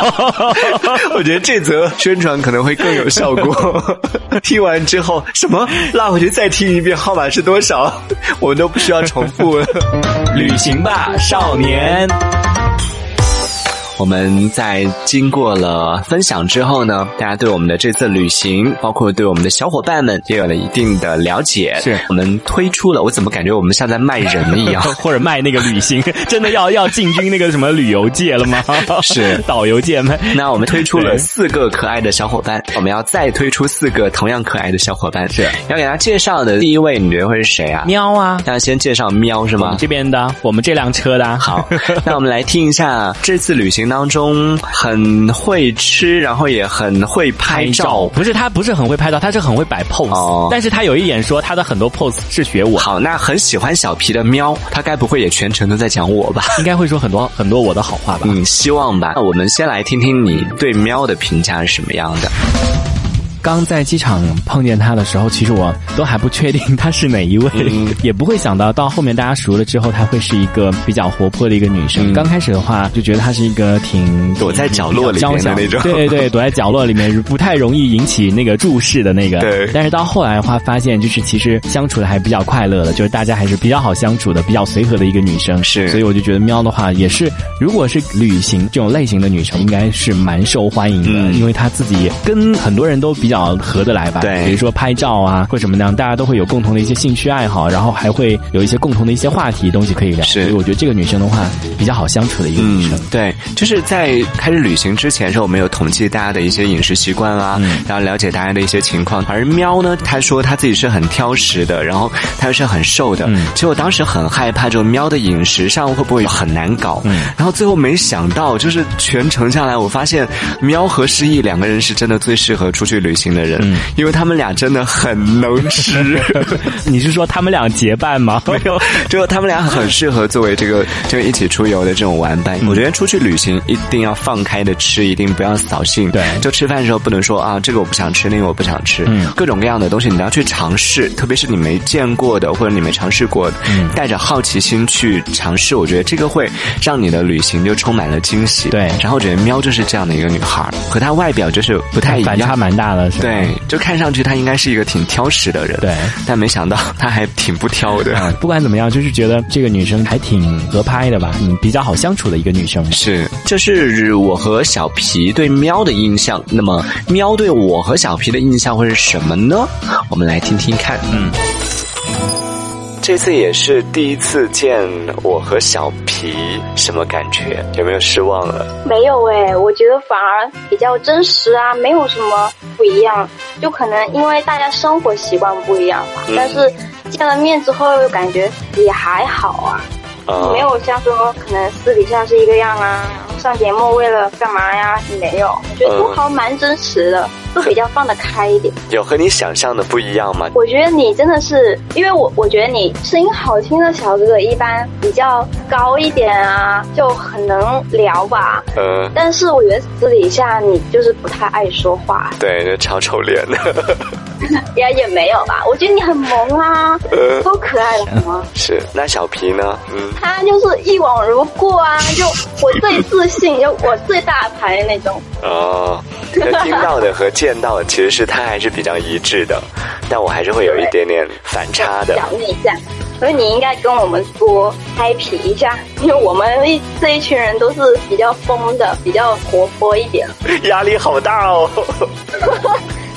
Speaker 1: 我觉得这则宣传可能会更有效果。 听完之后，什么拉回去再听一遍，号码是多少， 我们都不需要重 复了。旅行吧，少年。我们在经过了分享之后呢，大家对我们的这次旅行，包括对我们的小伙伴们，也有了一定的了解。
Speaker 2: 是
Speaker 1: 我们推出了，我怎么感觉我们像在卖人一 样？
Speaker 2: 或者卖那个旅行， 真的要要进军那个什么旅游界了吗？
Speaker 1: 是
Speaker 2: 导游界吗？
Speaker 1: 那我们推出
Speaker 2: 对
Speaker 1: 了四个可爱的小伙伴，我们要再推出四个同样可爱的小伙伴。
Speaker 2: 是
Speaker 1: 要给大家介绍的第一位，你觉得会是谁啊？
Speaker 2: 喵啊！
Speaker 1: 那先介绍喵是
Speaker 2: 我们
Speaker 1: 吗？
Speaker 2: 这边的，我们这辆车的，啊
Speaker 1: 好，那我们来听一下这次旅行当中很会吃，然后也很会拍照。
Speaker 2: 不是他不是很会拍照，他是很会摆 pose，、
Speaker 1: 哦
Speaker 2: 但是他有一点说他的很多 pose 是学 我，
Speaker 1: 好，那很喜欢小皮的喵，他该不会也全程都在讲我吧？
Speaker 2: 应该会说很多很多我的好话吧。
Speaker 1: 嗯，希望吧。那我们先来听听你对喵的评价是什么样的。
Speaker 2: 刚在机场碰见他的时候，其实我都还不确定他是哪一位，
Speaker 1: 嗯
Speaker 2: 也不会想到到后面大家熟了之后，她会是一个比较活泼的一个女生。
Speaker 1: 嗯
Speaker 2: 刚开始的话，就觉得她是一个挺
Speaker 1: 躲在角落里面的那种
Speaker 2: 娇小对对，躲在角落里面不太容易引起那个注视的那个。
Speaker 1: 对
Speaker 2: 但是到后来的话，发现就是其实相处的还比较快乐的，就是大家还是比较好相处的，比较随和的一个女生。
Speaker 1: 是
Speaker 2: 所以我就觉得喵的话也是，如果是旅行这种类型的女生，应该是蛮受欢迎的，
Speaker 1: 嗯
Speaker 2: 因为她自己跟很多人都比较合得来吧。
Speaker 1: 对
Speaker 2: 比如说拍照啊或什么那样，大家都会有共同的一些兴趣爱好，然后还会有一些共同的一些话题东西可以聊。
Speaker 1: 是
Speaker 2: 所以我觉得这个女生的话比较好相处的一个女生。
Speaker 1: 嗯，对，就是在开始旅行之前的时候，我们有统计大家的一些饮食习惯啊，
Speaker 2: 嗯
Speaker 1: 然后了解大家的一些情况。而喵呢，他说他自己是很挑食的，然后他又是很瘦的。
Speaker 2: 嗯
Speaker 1: 其实我当时很害怕，就喵的饮食上会不会很难搞。
Speaker 2: 嗯
Speaker 1: 然后最后没想到，就是全程下来，我发现喵和诗意两个人是真的最适合出去旅行的人，
Speaker 2: 嗯
Speaker 1: 因为他们俩真的很能吃。
Speaker 2: 你是说他们俩结伴 吗？没有，
Speaker 1: 就他们俩很适合作为这 个就一起出游的这种玩伴。
Speaker 2: 嗯
Speaker 1: 我觉得出去旅行一定要放开的吃，一定不要扫兴。
Speaker 2: 对
Speaker 1: 就吃饭的时候不能说啊，这个我不想吃，那个我不想吃。
Speaker 2: 嗯
Speaker 1: 各种各样的东西你都要去尝试，特别是你没见过的或者你没尝试过的，
Speaker 2: 嗯
Speaker 1: 带着好奇心去尝试，我觉得这个会让你的旅行就充满了惊喜。
Speaker 2: 对
Speaker 1: 然后我觉得喵就是这样的一个女孩儿，和她外表就是不太 一
Speaker 2: 反差
Speaker 1: 样。
Speaker 2: 蛮大的，是吧？
Speaker 1: 对，就看上去她应该是一个挺挑食的人，
Speaker 2: 对，
Speaker 1: 但没想到她还挺不挑的。
Speaker 2: 啊，不管怎么样，就是觉得这个女生还挺合拍的吧，嗯，比较好相处的一个女生。
Speaker 1: 是，这是我和小皮对喵的印象。那么，喵对我和小皮的印象会是什么呢？我们来听听看。嗯，
Speaker 7: 这次也是第一次见我和小皮，什么感觉？有没有失望了？
Speaker 6: 没有哎、我觉得反而比较真实啊，没有什么不一样。就可能因为大家生活习惯不一样吧，但是见了面之后又感觉也还好啊，
Speaker 7: 啊、
Speaker 6: 没有像说可能私底下是一个样啊，上节目为了干嘛呀？没有，我觉得都还蛮真实的，都比较放得开一点。
Speaker 7: 有和你想象的不一样吗？
Speaker 6: 我觉得你真的是，因为我我觉得你声音好听的小哥哥一般比较高一点啊，就很能聊吧。
Speaker 7: 嗯，
Speaker 6: 但是我觉得私底下你就是不太爱说话，
Speaker 7: 对，那超丑脸 的，
Speaker 6: 也也没有吧。我觉得你很萌啊，
Speaker 7: 呃
Speaker 6: 多可爱的萌啊！
Speaker 7: 是。那小皮呢？嗯，
Speaker 6: 他就是一往如故啊，就我最自信，就我最大牌那种。
Speaker 7: 哦，那听到的和见到的其实是他还是比较一致的，但我还是会有一点点反差的。
Speaker 6: 小内向，所以你应该跟我们多 happy 一下，因为我们一这一群人都是比较疯的，比较活泼一点。
Speaker 7: 压力好大哦。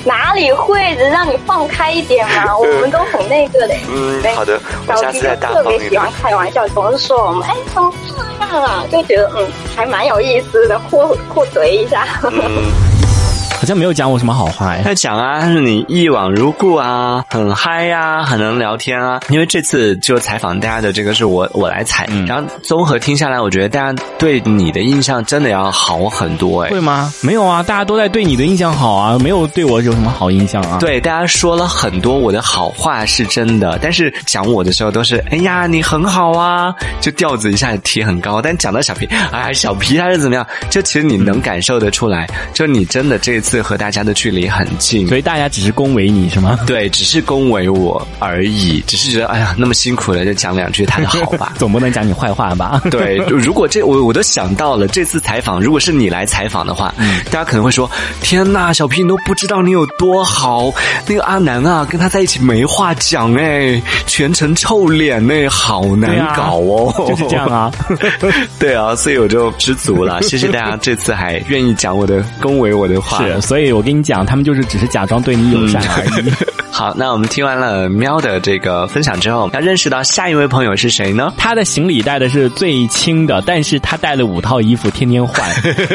Speaker 6: 哪里会只让你放开一点 嘛？我们都很那个嘞。
Speaker 7: 嗯
Speaker 6: 对，
Speaker 7: 好的，我
Speaker 6: 小
Speaker 7: 下
Speaker 6: 弟
Speaker 7: 次
Speaker 6: 就
Speaker 7: 再大
Speaker 6: 特
Speaker 7: 方
Speaker 6: 别
Speaker 7: 一
Speaker 6: 喜
Speaker 7: 点
Speaker 6: 欢。开玩笑，总是说我们哎怎么这 样啊，就觉得嗯还蛮有意思的，扩扩嘴一下。
Speaker 7: 嗯，
Speaker 2: 好像没有讲我什么好话呀。
Speaker 1: 他讲啊，他说你一往如故啊，很嗨呀、很能聊天啊。因为这次就采访大家的这个是我我来采，
Speaker 2: 嗯
Speaker 1: 然后综合听下来，我觉得大家对你的印象真的要好很多哎、
Speaker 2: 会吗？没有啊，大家都在对你的印象好啊，没有对我有什么好印象啊。，
Speaker 1: 对，大家说了很多我的好话是真的，但是讲我的时候都是哎呀你很好啊，就调子一下提很高。但讲到小皮，哎，小皮他是怎么样？就其实你能感受得出来，就你真的这次和大家的距离很近，
Speaker 2: 所以大家只是恭维你是吗？。
Speaker 1: 对，只是恭维我而已，只是觉得哎呀，那么辛苦了，就讲两句他的好吧
Speaker 2: 总不能讲你坏话吧？
Speaker 1: 对，如果这我我都想到了，这次采访如果是你来采访的话，
Speaker 2: 嗯
Speaker 1: 大家可能会说：“天呐，小皮你都不知道你有多好，那个阿南啊，跟他在一起没话讲哎、全程臭脸哎、好难
Speaker 2: 对啊
Speaker 1: 搞哦。
Speaker 2: 就是这样啊。
Speaker 1: 对啊，所以我就知足了，谢谢大家这次还愿意讲我的恭维我的话。
Speaker 2: 是，所以我跟你讲，他们就是只是假装对你友善而
Speaker 1: 嗯
Speaker 2: 已。
Speaker 1: 好，那我们听完了喵的这个分享之后，要认识到下一位朋友是 谁呢？
Speaker 2: 他的行李带的是最轻的，但是他带了五套衣服，天天 换。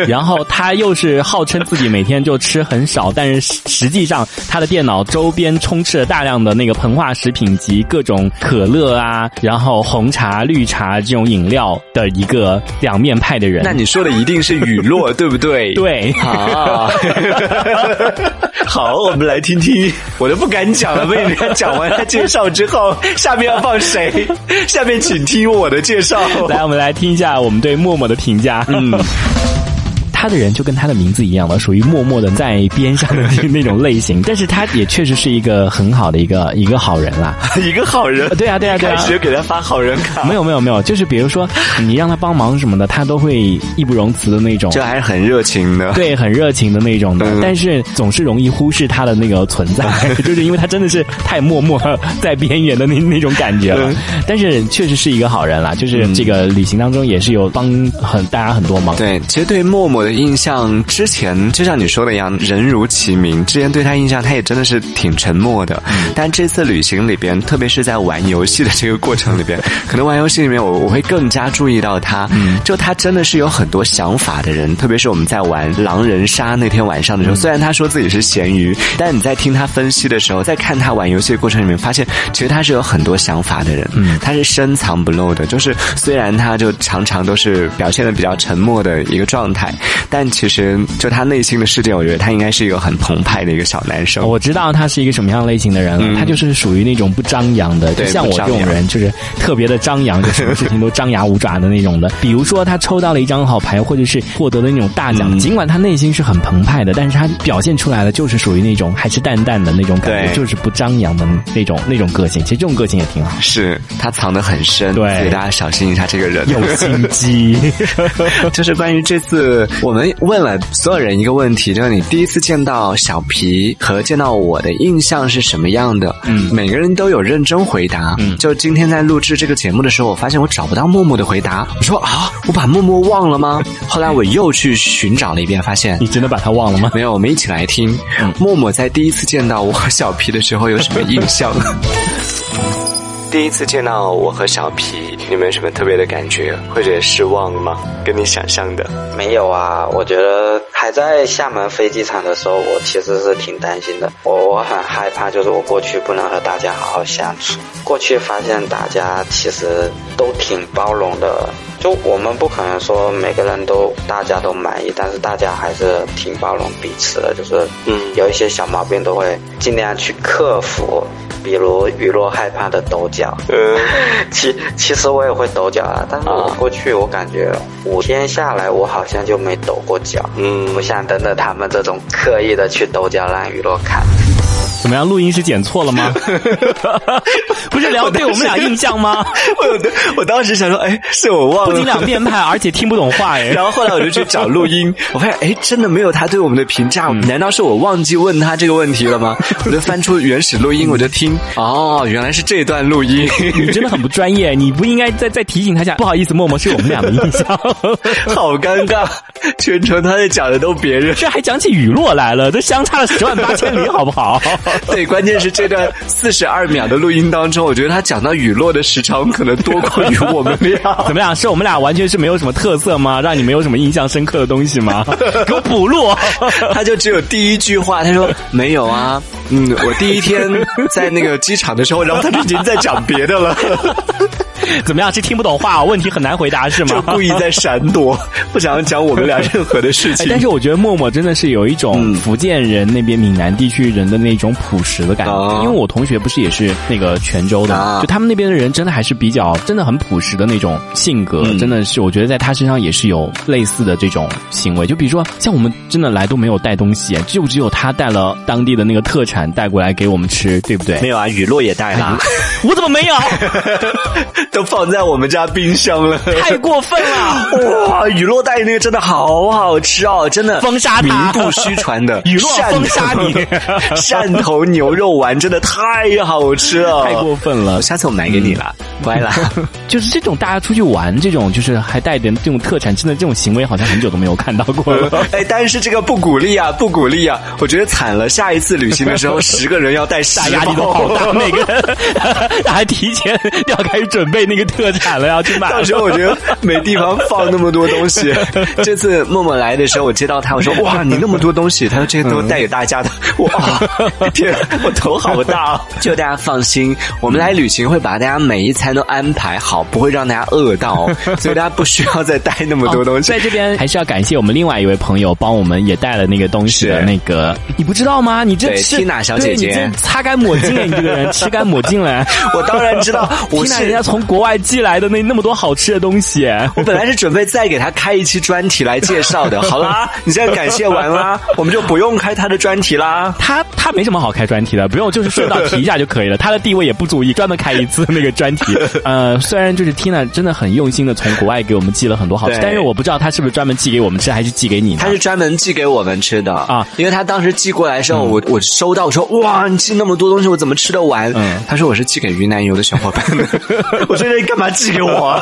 Speaker 2: 然后他又是号称自己每天就吃很少，但是实实际上他的电脑周边充斥了大量的那个膨化食品及各种可乐啊，然后红茶、绿茶这种饮料的一个两面派的人。
Speaker 1: 那你说的一定是雨落，对不 对？。
Speaker 2: 对，
Speaker 1: 啊，好，我们来听听，我都不敢讲了。被人家讲完他介绍之后，下面要放谁？下面请听我的介 绍。
Speaker 2: 来，我们来听一下我们对默默的评 价。嗯。他的人就跟他的名字一样了，属于默默的在边上的那那种类型，但是他也确实是一个很好的一个 一个好人啦。
Speaker 1: 一个好人，
Speaker 2: 对啊，对啊，对
Speaker 1: 开
Speaker 2: 啊。
Speaker 1: 学给他发好人卡，
Speaker 2: 没有没有没有，就是比如说你让他帮忙什么的，他都会义不容辞的那 种，
Speaker 1: 这还是很热情的。
Speaker 2: 对，很热情的那种的。
Speaker 1: 嗯
Speaker 2: 但是总是容易忽视他的那个存在，就是因为他真的是太默默在边缘的那 那种感觉了。但是确实是一个好人啦，就是这个旅行当中也是有帮很大家很多忙。
Speaker 1: 对，其实对默默的印象，之前就像你说的一样，人如其名。之前对他印象，他也真的是挺沉默的。但这次旅行里边，特别是在玩游戏的这个过程里边，可能玩游戏里面我，我会更加注意到他。就他真的是有很多想法的人，特别是我们在玩狼人杀那天晚上的时候，
Speaker 2: 嗯
Speaker 1: 虽然他说自己是咸鱼，但你在听他分析的时候，在看他玩游戏的过程里面，发现其实他是有很多想法的人。嗯，他是深藏不露的，就是虽然他就常常都是表现的比较沉默的一个状态，但其实就他内心的世界，我觉得他应该是一个很澎湃的一个小男生。
Speaker 2: 我知道他是一个什么样类型的人了，
Speaker 1: 嗯
Speaker 2: 他就是属于那种不张扬的，就
Speaker 1: 对
Speaker 2: 像我
Speaker 1: 不
Speaker 2: 这
Speaker 1: 张
Speaker 2: 种
Speaker 1: 扬
Speaker 2: 人，就是特别的张扬，就什么事情都张牙舞爪的那种的。比如说他抽到了一张好牌，或者是获得了那种大奖，
Speaker 1: 嗯
Speaker 2: 尽管他内心是很澎湃的，但是他表现出来的就是属于那种还是淡淡的那种感觉，
Speaker 1: 对
Speaker 2: 就是不张扬的那种那种个性。其实这种个性也挺好，
Speaker 1: 是他藏得很深，
Speaker 2: 对
Speaker 1: 所以大家小心一下这个人。
Speaker 2: 有心机。
Speaker 1: 就是关于这次，我们问了所有人一个问题，就是你第一次见到小皮和见到我的印象是什么样的？
Speaker 2: 嗯
Speaker 1: 每个人都有认真回答。
Speaker 2: 嗯
Speaker 1: 就今天在录制这个节目的时候，我发现我找不到默默的回答。我说啊，我把默默忘了吗？后来我又去寻找了一遍，发现
Speaker 2: 你
Speaker 7: 嗯
Speaker 2: 真的把他忘了吗？
Speaker 1: 没有。我们一起来听默默在第一次见到我和小皮的时候有什么印象？
Speaker 7: 第一次见到我和小皮，你们有什么特别的感觉或者失望吗？跟你想象的，
Speaker 8: 没有啊，我觉得还在厦门飞机场的时候，我其实是挺担心的。我我很害怕，就是我过去不能和大家好好相处。过去发现大家其实都挺包容的，就我们不可能说每个人都大家都满意，但是大家还是挺包容彼此的，就是
Speaker 5: 嗯
Speaker 8: 有一些小毛病都会尽量去克服，比如雨落害怕的抖脚，
Speaker 7: 嗯，
Speaker 8: 其其实我也会抖脚啊，但是我过去我感觉五天下来，我好像就没抖过脚。
Speaker 7: 嗯
Speaker 8: 不像等等他们这种刻意的去抖脚让娱乐看。
Speaker 2: 怎么样，录音师剪错了 吗？不是聊对我们俩印象吗？
Speaker 1: 我我当时想说，哎，是我忘
Speaker 2: 不
Speaker 1: 了。
Speaker 2: 仅两面派，而且听不懂话哎。
Speaker 1: 然后后来我就去找录音，我发现哎，真的没有他对我们的评价，
Speaker 2: 嗯
Speaker 1: 难道是我忘记问他这个问题了 吗？我就翻出原始录音，我就听，哦，原来是这段 录音。
Speaker 2: 你真的很不专业，你不应该再再提醒他一下。不好意思，默默是我们俩的印象，
Speaker 1: 好尴尬，全程他在讲的都别人。
Speaker 2: 这还讲起雨落来了，这相差了十万八千里，好不好？
Speaker 1: 对，关键是这段四十二秒的录音当中，我觉得他讲到雨落的时长可能多过于我们俩。
Speaker 2: 怎么样？是我们俩完全是没有什么特色吗？让你没有什么印象深刻的东西吗？给我补录。
Speaker 1: 他就只有第一句话，他说没有啊，嗯，我第一天在那个机场的时候，然后他就已经在讲别的了，
Speaker 2: 怎么样？是听不懂话，问题很难回答是
Speaker 1: 就
Speaker 2: 吗？
Speaker 1: 故意在闪躲， 不想讲我们俩任何的事
Speaker 2: 哎
Speaker 1: 情。
Speaker 2: 但是我觉得默默真的是有一种
Speaker 1: 嗯
Speaker 2: 福建人那边闽南地区人的那种朴实的感觉，
Speaker 1: 哦
Speaker 2: 因为我同学不是也是那个泉州的嘛，
Speaker 1: 啊
Speaker 2: 就他们那边的人真的还是比较真的很朴实的那种性格，
Speaker 1: 嗯
Speaker 2: 真的是我觉得在他身上也是有类似的这种行为，就比如说像我们真的来都没有带东西，啊就只有他带了当地的那个特产带过来给我们吃，对不对？哎
Speaker 1: 没有啊，雨落也带啦，
Speaker 2: 我怎么没有？
Speaker 1: 都放在我们家冰箱了。
Speaker 2: 太过分了！
Speaker 1: 哇，雨落带那个真的好好吃哦，真的
Speaker 2: 封杀他
Speaker 1: 名不虚传的
Speaker 2: 雨落封杀 你
Speaker 1: 汕头汕头牛肉丸真的太好吃了，嗯
Speaker 2: 太过分了，
Speaker 1: 下次我买给你啦，乖 啦。
Speaker 2: 就是这种大家出去玩，这种就是还带点这种特产，真的这种行为好像很久都没有看到过 了。
Speaker 1: 哎，但是这个不鼓励啊，不鼓励啊！我觉得惨了，下一次旅行的时 候，十个人要带十
Speaker 2: 大压力都好大，每个 人还提前要开始准备那个特产了，要去买
Speaker 1: 到
Speaker 2: 了。
Speaker 1: 时候我觉得没地方放那么多东西。这次默默来的时候，我接到他，我说：“哇，你那么多东西！”他说：“这些都带给大家的。”哇，天，我头好 大、哦！就大家放心，我们来旅行会把大家每一餐都安排好，不会让大家饿到，所以大家不需要再带那么多东西。
Speaker 2: 在这边还是要感谢我们另外一位朋友，帮我们也带了那个东西的
Speaker 1: 是
Speaker 2: 那个，你不知道吗？你这
Speaker 1: 对
Speaker 2: 是
Speaker 1: Tina 小姐姐
Speaker 2: 对你这擦干抹净了，啊你这个 人吃干抹净了。
Speaker 1: 我当然知道，我
Speaker 2: Tina
Speaker 1: 是
Speaker 2: 人家从国外寄来的那那么多好吃的东西，
Speaker 1: 我本来是准备再给他开一期专题来介绍的。好啦，你现在感谢完啦，我们就不用开他的专题啦。
Speaker 2: 他他没什么好开专题的，不用就是顺道提一下就可以了。他的地位也不足以专门开一次那个专 题。呃，虽然就是 Tina 真的很用心的从国外给我们寄了很多好吃，
Speaker 1: 对
Speaker 2: 但是我不知道他是不是专门寄给我们吃，还是寄给你呢
Speaker 1: 他？是专门寄给我们吃的
Speaker 2: 啊嗯
Speaker 1: 啊，因为他当时寄过来的时候，我我收到我说哇，你寄那么多东西，我怎么吃得完？
Speaker 2: 嗯
Speaker 1: 他说我是寄给云南游的小伙伴 的，我说你干嘛寄给我啊？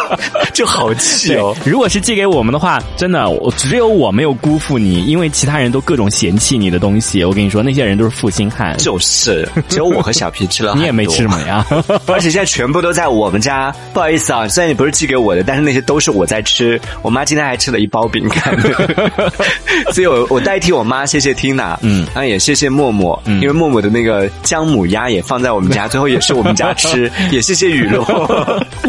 Speaker 1: 就好气
Speaker 2: 对
Speaker 1: 哦。，
Speaker 2: 如果是寄给我们的话，真的，我只有我没有辜负你，因为其他人都各种嫌弃你的东西。我跟你说，那些人都是负心汉，
Speaker 1: 就是，只有我和小皮吃了，
Speaker 2: 你也没吃嘛 呀？
Speaker 1: 而且现在全部都在我们家。不好意思啊，虽然你不是寄给我的，但是那些都是我在吃。我妈今天还吃了一包饼干， 所以我我代替我妈谢谢 Tina，
Speaker 2: 嗯
Speaker 1: 嗯，然后也谢谢默默，因为默默的那个姜母鸭也放在我们家，最后也是我们家吃，也谢谢雨露。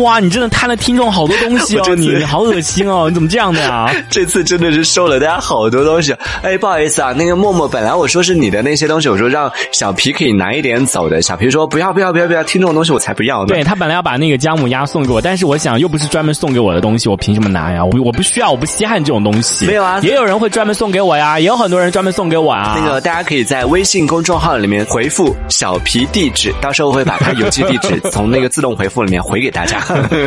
Speaker 2: 哇，你真的贪了听众好多东西
Speaker 1: 我
Speaker 2: 哦，
Speaker 1: 这次
Speaker 2: 你你好恶心哦，你怎么这样的呀？
Speaker 1: 这次真的是收了大家好多东西。哎，不好意思啊，那个默默，本来我说是你的那些东西，我说让小皮可以拿一点走的，小皮说不要不要不要不要，听这种东西我才不要呢。
Speaker 2: 对他本来要把那个姜母鸭送给我，但是我想又不是专门送给我的东西，我凭什么拿呀？我我不需要，我不稀罕这种东西。
Speaker 1: 没有啊
Speaker 2: 也有人会专门送给我呀，也有很多人专门送给我啊。
Speaker 1: 那个大家可以在微信公众号里面回复“小皮地址”，到时候会把他邮寄地址从那个自动回复里面回给大 家。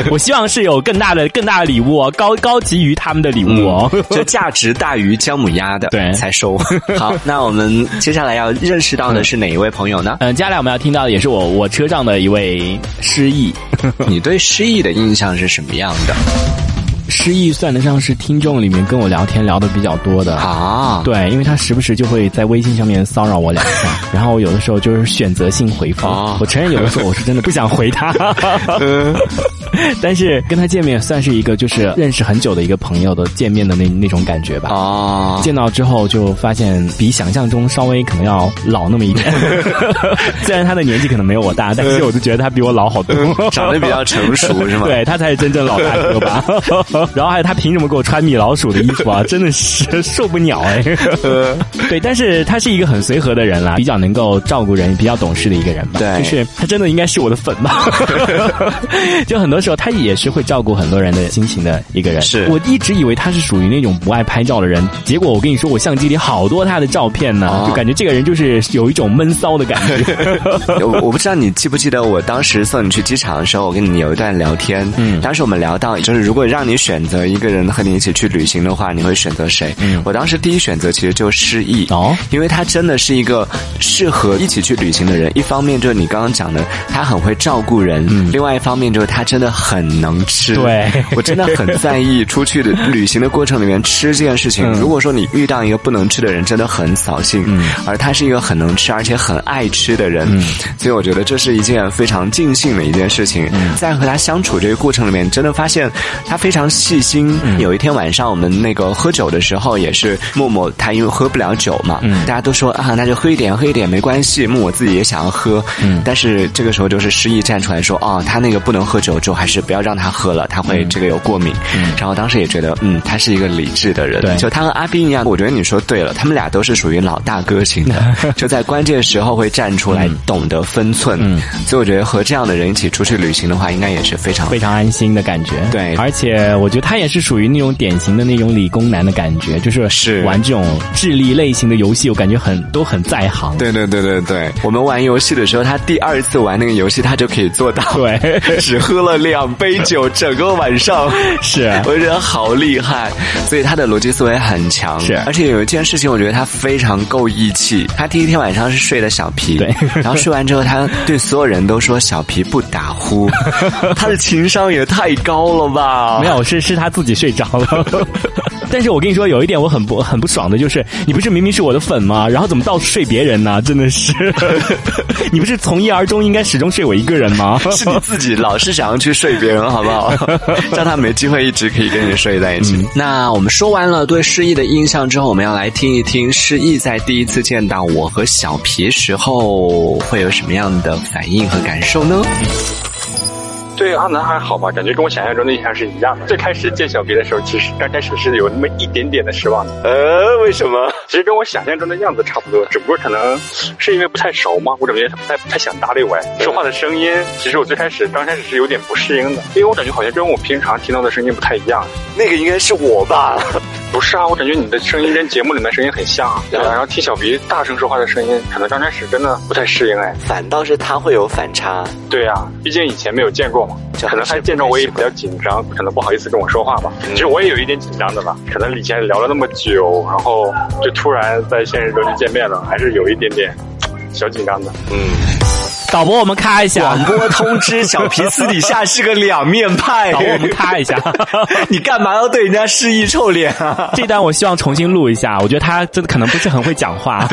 Speaker 2: 我希望是有更大的更大的礼物哦，高高级于他们的礼物哦。
Speaker 1: 这价值大于姜母鸭的，
Speaker 2: 对
Speaker 1: 才收。 好，那我们接下来要认识到的是哪一位朋友 呢？
Speaker 2: 嗯，接下来我们要听到的也是我我车上的一位失忆，
Speaker 1: 你对失忆的印象是什么样的
Speaker 2: 失忆算得上是听众里面跟我聊天聊的比较多的。
Speaker 1: 啊？
Speaker 2: 对，因为他时不时就会在微信上面骚扰我两下， 然后有的时候就是选择性回复。
Speaker 1: 哦嗯
Speaker 2: 我承认有的时候我是真的不想回 他，但是跟他见面算是一个就是认识很久的一个朋友的见面的那那种感觉吧。
Speaker 1: 哦，
Speaker 2: 见到之后就发现比想象中稍微可能要老那么一 点，虽然他的年纪可能没有我大，但
Speaker 1: 嗯
Speaker 2: 是我就觉得他比我老好多，
Speaker 1: 长得比较成熟是吗？
Speaker 2: 对他才是真正老大哥 吧。然后还有他凭什么给我穿米老鼠的衣服啊？真的是受不了 哎。对，但是他是一个很随和的人啦，比较能够照顾人，比较懂事的一个人吧。
Speaker 1: 对
Speaker 2: 就是他真的应该是我的粉吧。 就很多时候他也是会照顾很多人的心情的一个人。
Speaker 1: 是
Speaker 2: 我一直以为他是属于那种不爱拍照的人，结果我跟你说，我相机里好多他的照片呢，
Speaker 1: 哦
Speaker 2: 就感觉这个人就是有一种闷骚的感 觉。
Speaker 1: 我我不知道你记不记得我当时送你去机场的时候，我跟你有一段聊天。嗯，当时我们聊到，就是如果让你选择一个人和你一起去旅行的话，你会选择谁？
Speaker 2: 嗯
Speaker 1: 我当时第一选择其实就是失忆
Speaker 2: 哦，
Speaker 1: 因为他真的是一个适合一起去旅行的人。一方面就是你刚刚讲的，他很会照顾人；，
Speaker 2: 嗯
Speaker 1: 另外一方面就是他真的很能吃。
Speaker 2: 对
Speaker 1: 我真的很在意出去的旅行的过程里面吃这件事情。
Speaker 2: 嗯
Speaker 1: 如果说你遇到一个不能吃的人，真的很扫兴。
Speaker 2: 嗯
Speaker 1: 而他是一个很能吃而且很爱吃的人，
Speaker 2: 嗯
Speaker 1: 所以我觉得这是一件非常尽兴的一件事情。
Speaker 2: 嗯
Speaker 1: 在和他相处这个过程里面，真的发现他非常细心。
Speaker 2: 嗯
Speaker 1: 有一天晚上我们那个喝酒的时候，也是默默他因为喝不了酒嘛，
Speaker 2: 嗯
Speaker 1: 大家都说啊，那就喝一点，喝一点没关系。默默自己也想要喝，
Speaker 2: 嗯
Speaker 1: 但是这个时候就是失忆站出来说，哦，他那个不能喝酒，就还是不要让他喝了，他会这个有过敏。
Speaker 2: 嗯
Speaker 1: 然后当时也觉得，嗯，他是一个理智的人，
Speaker 2: 对
Speaker 1: 就他和阿斌一样，我觉得你说对了，他们俩都是属于老大哥型 的，就在关键时候会站出来，懂得分寸。
Speaker 2: 嗯
Speaker 1: 所以我觉得和这样的人一起出去旅行的话，应该也是非常
Speaker 2: 非常安心的感觉。
Speaker 1: 对
Speaker 2: 而且我觉得他也是属于那种典型的那种理工男的感觉，就是
Speaker 1: 是
Speaker 2: 玩这种智力类型的游戏，我感觉很都很在行。
Speaker 1: 对对对对对，我们玩游戏的时候，他第二次玩那个游戏，他就可以做到，
Speaker 2: 对
Speaker 1: 只喝了两杯酒，整个晚上
Speaker 2: 是啊
Speaker 1: 我觉得好厉害。所以他的逻辑思维很强，
Speaker 2: 是啊
Speaker 1: 而且有一件事情，我觉得他非常够义气。他第一天晚上是睡的小皮，
Speaker 2: 对
Speaker 1: 然后睡完之后，他对所有人都说小皮不打 呼，他的情商也太高了吧？
Speaker 2: 没有，是是他自己睡着 了。但是我跟你说，有一点我很不很不爽的就是，你不是明明是我的粉吗？然后怎么到处睡别人呢？真的 是，你不是从一而终，应该始终睡我一个人吗？
Speaker 1: 是你自己老是想要去睡别人，好不 好？让他没机会一直可以跟你睡在一起。那我们说完了对失忆的印象之后，我们要来听一听失忆在第一次见到我和小皮时候会有什么样的反应和感受呢？
Speaker 9: 对阿南还好吧，感觉跟我想象中的印象是一样的。最开始见小别的时候，其实刚开始是有那么一点点的失望的，
Speaker 7: 呃，为什么？
Speaker 9: 其实跟我想象中的样子差不多，只不过可能是因为不太熟嘛，我感觉他不太不太想搭理我哎。说话的声音，其实我最开始刚开始是有点不适应的，因为我感觉好像跟我平常听到的声音不太一样。
Speaker 7: 那个应该是我吧？
Speaker 9: 不是啊，我感觉你的声音跟节目里面声音很像啊，对吧？然后听小鼻大声说话的声音，可能刚开始真的不太适应哎。
Speaker 7: 反倒是他会有反差。
Speaker 9: 对啊，毕竟以前没有见过嘛，可能他见着我也比较紧张，可能不好意思跟我说话吧。其实我也有一点紧张的吧，可能以前聊了那么久，然后就突然在现实中就见面了，还是有一点点小紧张的。
Speaker 2: 导播，我们咔一下，
Speaker 1: 播通知小皮私底下是个两面 派
Speaker 2: 导播，我们咔一下。
Speaker 1: 你干嘛要对人家示意臭脸啊？
Speaker 2: 这段我希望重新录一下，我觉得他真的可能不是很会讲 话，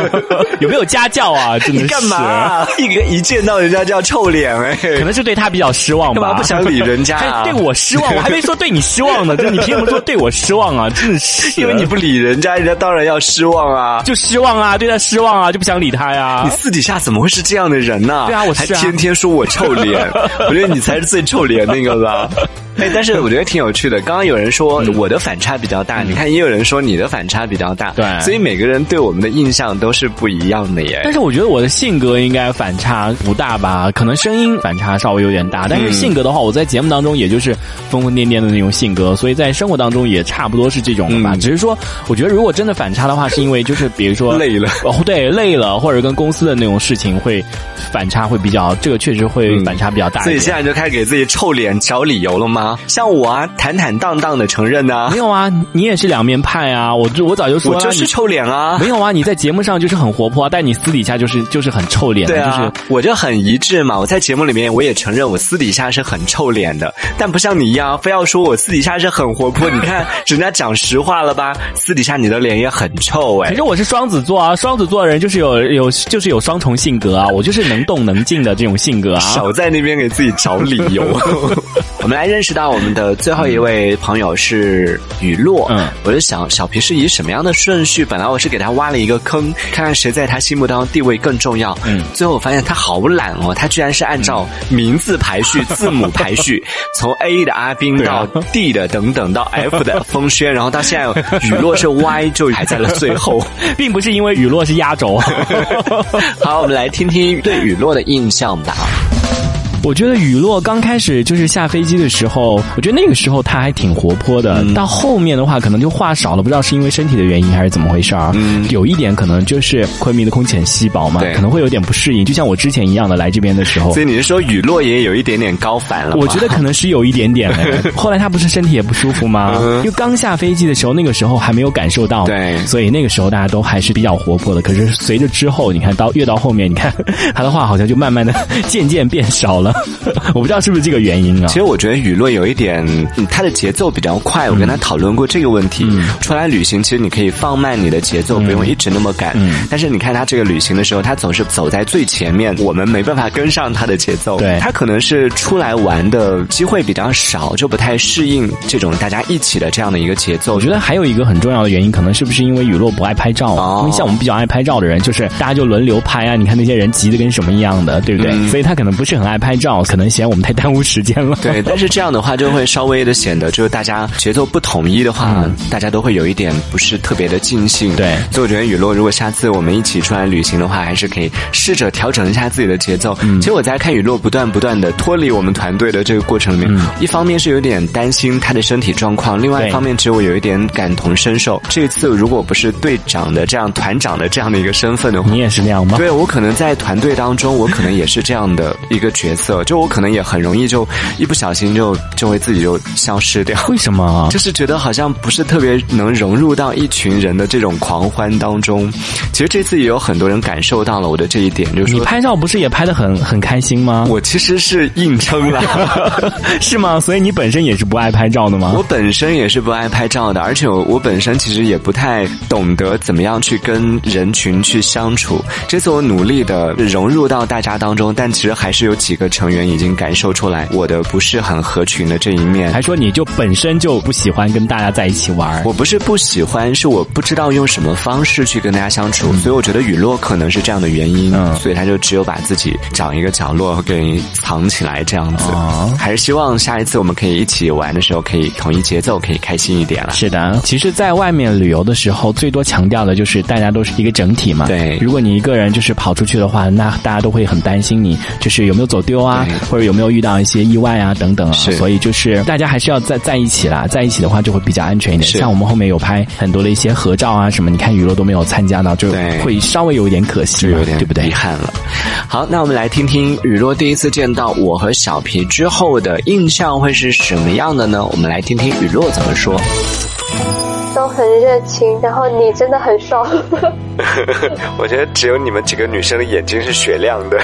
Speaker 2: 有没有家教啊？真的是，
Speaker 1: 你干嘛、一个一见到人家就要臭脸哎、
Speaker 2: 可能是对他比较失望吧。
Speaker 1: 干嘛不想理人家、啊？
Speaker 2: 还对我失望，我还没说对你失望 呢，就是你凭什么说对我失望啊？真的是，
Speaker 1: 因为你不理人家，人家当然要失望啊。
Speaker 2: 就失望啊，对他失望啊，就不想理他呀
Speaker 1: 你。私底下怎么会是这样的人呢、
Speaker 2: 对啊我是啊
Speaker 1: 还天天说我臭 脸，我觉得你才是最臭脸那个吧。哎，但是我觉得挺有趣的。刚刚有人说
Speaker 2: 嗯
Speaker 1: 我的反差比较大，你看也有人说你的反差比较大，
Speaker 2: 对
Speaker 1: 所以每个人对我们的印象都是不一样的耶。
Speaker 2: 但是我觉得我的性格应该反差不大吧，可能声音反差稍微有点
Speaker 1: 嗯
Speaker 2: 大，但是性格的话，我在节目当中也就是疯疯癫癫的那种性格，所以在生活当中也差不多是这种的吧。
Speaker 1: 嗯
Speaker 2: 只是说，我觉得如果真的反差的话，是因为就是比如说
Speaker 1: 累了
Speaker 2: 哦，对，累了，或者跟公司的那种事情会反差会比较，这个确实会
Speaker 1: 嗯
Speaker 2: 反差比较大
Speaker 1: 所
Speaker 2: 一
Speaker 1: 以
Speaker 2: 点。
Speaker 1: 现在就开始给自己臭脸找理由了吗？像我啊，坦坦荡荡的承认啊
Speaker 2: 没，有啊，你也是两面派啊！我就我早就说
Speaker 1: 我
Speaker 2: 了，
Speaker 1: 就是
Speaker 2: 你
Speaker 1: 臭脸啊。
Speaker 2: 没有啊，你在节目上就是很活泼啊，但你私底下就是就是很臭脸，
Speaker 1: 对
Speaker 2: 就
Speaker 1: 啊
Speaker 2: 是，
Speaker 1: 我就很一致嘛。我在节目里面我也承认，我私底下是很臭脸的，但不像你一样，非要说我私底下是很活泼。你看人家讲实话了吧？私底下你的脸也很臭哎、
Speaker 2: 其实我是双子座啊，双子座的人就是有有就是有双重性格啊，我就是能动能静的这种性格啊。
Speaker 1: 少在那边给自己找理 由。我们来认识到我们的最后一位朋友是雨落。
Speaker 2: 嗯，
Speaker 1: 我就想小皮是以什么样的顺序？本来我是给他挖了一个坑，看看谁在他心目当中地位更重要。
Speaker 2: 嗯
Speaker 1: 最后我发现他好懒哦，他居然是按照名字排序、字母排 序，从 A 的阿斌
Speaker 2: 对啊
Speaker 1: 到 D 的等等，到 F 的风轩，然后到现在雨落是 Y 就排在了最 后。
Speaker 2: 并不是因为雨落是 压轴，啊
Speaker 1: 好，我们来听听对雨落的印象吧。
Speaker 2: 我觉得雨落刚开始就是下飞机的时候，我觉得那个时候他还挺活泼的，
Speaker 1: 嗯
Speaker 2: 到后面的话可能就话少了，不知道是因为身体的原因还是怎么回事儿。
Speaker 1: 嗯
Speaker 2: 有一点可能就是昆明的空气很稀薄嘛
Speaker 1: 对，
Speaker 2: 可能会有点不适应，就像我之前一样的来这边的时候
Speaker 1: 所。以 你是说雨落也有一点点高反了吗？
Speaker 2: 我 觉得可能是有一点点嘞后来他不是身体也不舒服吗？因为刚下飞机的时候，那个时候还没有感受到，
Speaker 1: 嗯对
Speaker 2: 所以那个时候大家都还是比较活泼的。可是随着之后，你看到越到后面，你看 他的话好像就慢慢的渐渐变少了， 我不知道是不是这个原因啊
Speaker 1: 其？实我觉得雨落有一点，嗯它的节奏比较快。我跟他讨论过这个问题。出来旅行，其实你可以放慢你的节奏，不用一直那么赶。
Speaker 2: 嗯
Speaker 1: 但是你看他这个旅行的时候，他总是走在最前面，我们没办法跟上他的节奏。
Speaker 2: 对
Speaker 1: 他可能是出来玩的机会比较少，就不太适应这种大家一起的这样的一个节奏。
Speaker 2: 我觉得还有一个很重要的原因，可能是不是因为雨落不爱拍照啊？
Speaker 1: 哦
Speaker 2: 因为像我们比较爱拍照的人，就是大家就轮流拍啊。你看那些人急得跟什么一样的，对不对？
Speaker 1: 嗯
Speaker 2: 所以他可能不是很爱拍照，可能嫌我们太耽误时间了。
Speaker 1: 对，但是这样的话就会稍微的显得，就是大家节奏不统一的话，
Speaker 2: 嗯
Speaker 1: 大家都会有一点不是特别的尽兴。
Speaker 2: 对
Speaker 1: 所以我觉得雨落，如果下次我们一起出来旅行的话，还是可以试着调整一下自己的节奏。
Speaker 2: 嗯
Speaker 1: 其实我在看雨落不断不断的脱离我们团队的这个过程里面，一方面是有点担心他的身体状况，另外一
Speaker 2: 嗯对
Speaker 1: 方面其实我有一点感同身受。这次如果不是队长的这样团长的这样的一个身份的话，
Speaker 2: 你也是那 样吗？
Speaker 1: 对我可能在团队当中，我可能也是这样的一个角色，就我可能也很容易就一不小心就就会自己就消失掉。
Speaker 2: 为什么啊？
Speaker 1: 就是觉得好像不是特别能融入到一群人的这种狂欢当中。其实这次也有很多人感受到了我的这一点，就是
Speaker 2: 你
Speaker 1: 说
Speaker 2: 拍照不是也拍的很很开心吗？
Speaker 1: 我其实是硬撑 了。
Speaker 2: 是吗？所以你本身也是不爱拍照的吗
Speaker 1: 我？本身也是不爱拍照的，而且我我本身其实也不太懂得怎么样去跟人群去相处。这次我努力的融入到大家当中，但其实还是有几个成员已经感受出来我的不是很合群的这一面
Speaker 2: 还。说你就本身就不喜欢跟大家在一起玩儿
Speaker 1: 我不是不喜欢，是我不知道用什么方式去跟大家相处，所以我觉得雨落可能是这样的原因，
Speaker 2: 嗯
Speaker 1: 所以他就只有把自己找一个角落给藏起来这样子。
Speaker 2: 哦
Speaker 1: 还是希望下一次我们可以一起玩的时候，可以统一节奏，可以开心一点了。
Speaker 2: 是的，其实，在外面旅游的时候，最多强调的就是大家都是一个整体嘛。
Speaker 1: 对
Speaker 2: 如果你一个人就是跑出去的话，那大家都会很担心你，就是有没有走丢啊
Speaker 1: 对，
Speaker 2: 或者有没有遇到一些意外啊等等啊。
Speaker 1: 是
Speaker 2: 所以就是大家还是要在在一起啦，在一起的话就会比较安全一点。
Speaker 1: 是
Speaker 2: 像我们后面有拍很多的一些合照啊什么，你看娱乐都没有参加到，就
Speaker 1: 对
Speaker 2: 会稍微有一点可惜
Speaker 1: 就
Speaker 2: 嘛，
Speaker 1: 有点
Speaker 2: 对不对
Speaker 1: 遗？憾了。好，那我们来听听雨落第一次见到我和小皮之后的印象会是什么样的呢？我们来听听雨落怎么说。
Speaker 10: 都很热情，然后你真的很瘦，
Speaker 7: 我觉得只有你们几个女生的眼睛是雪亮的，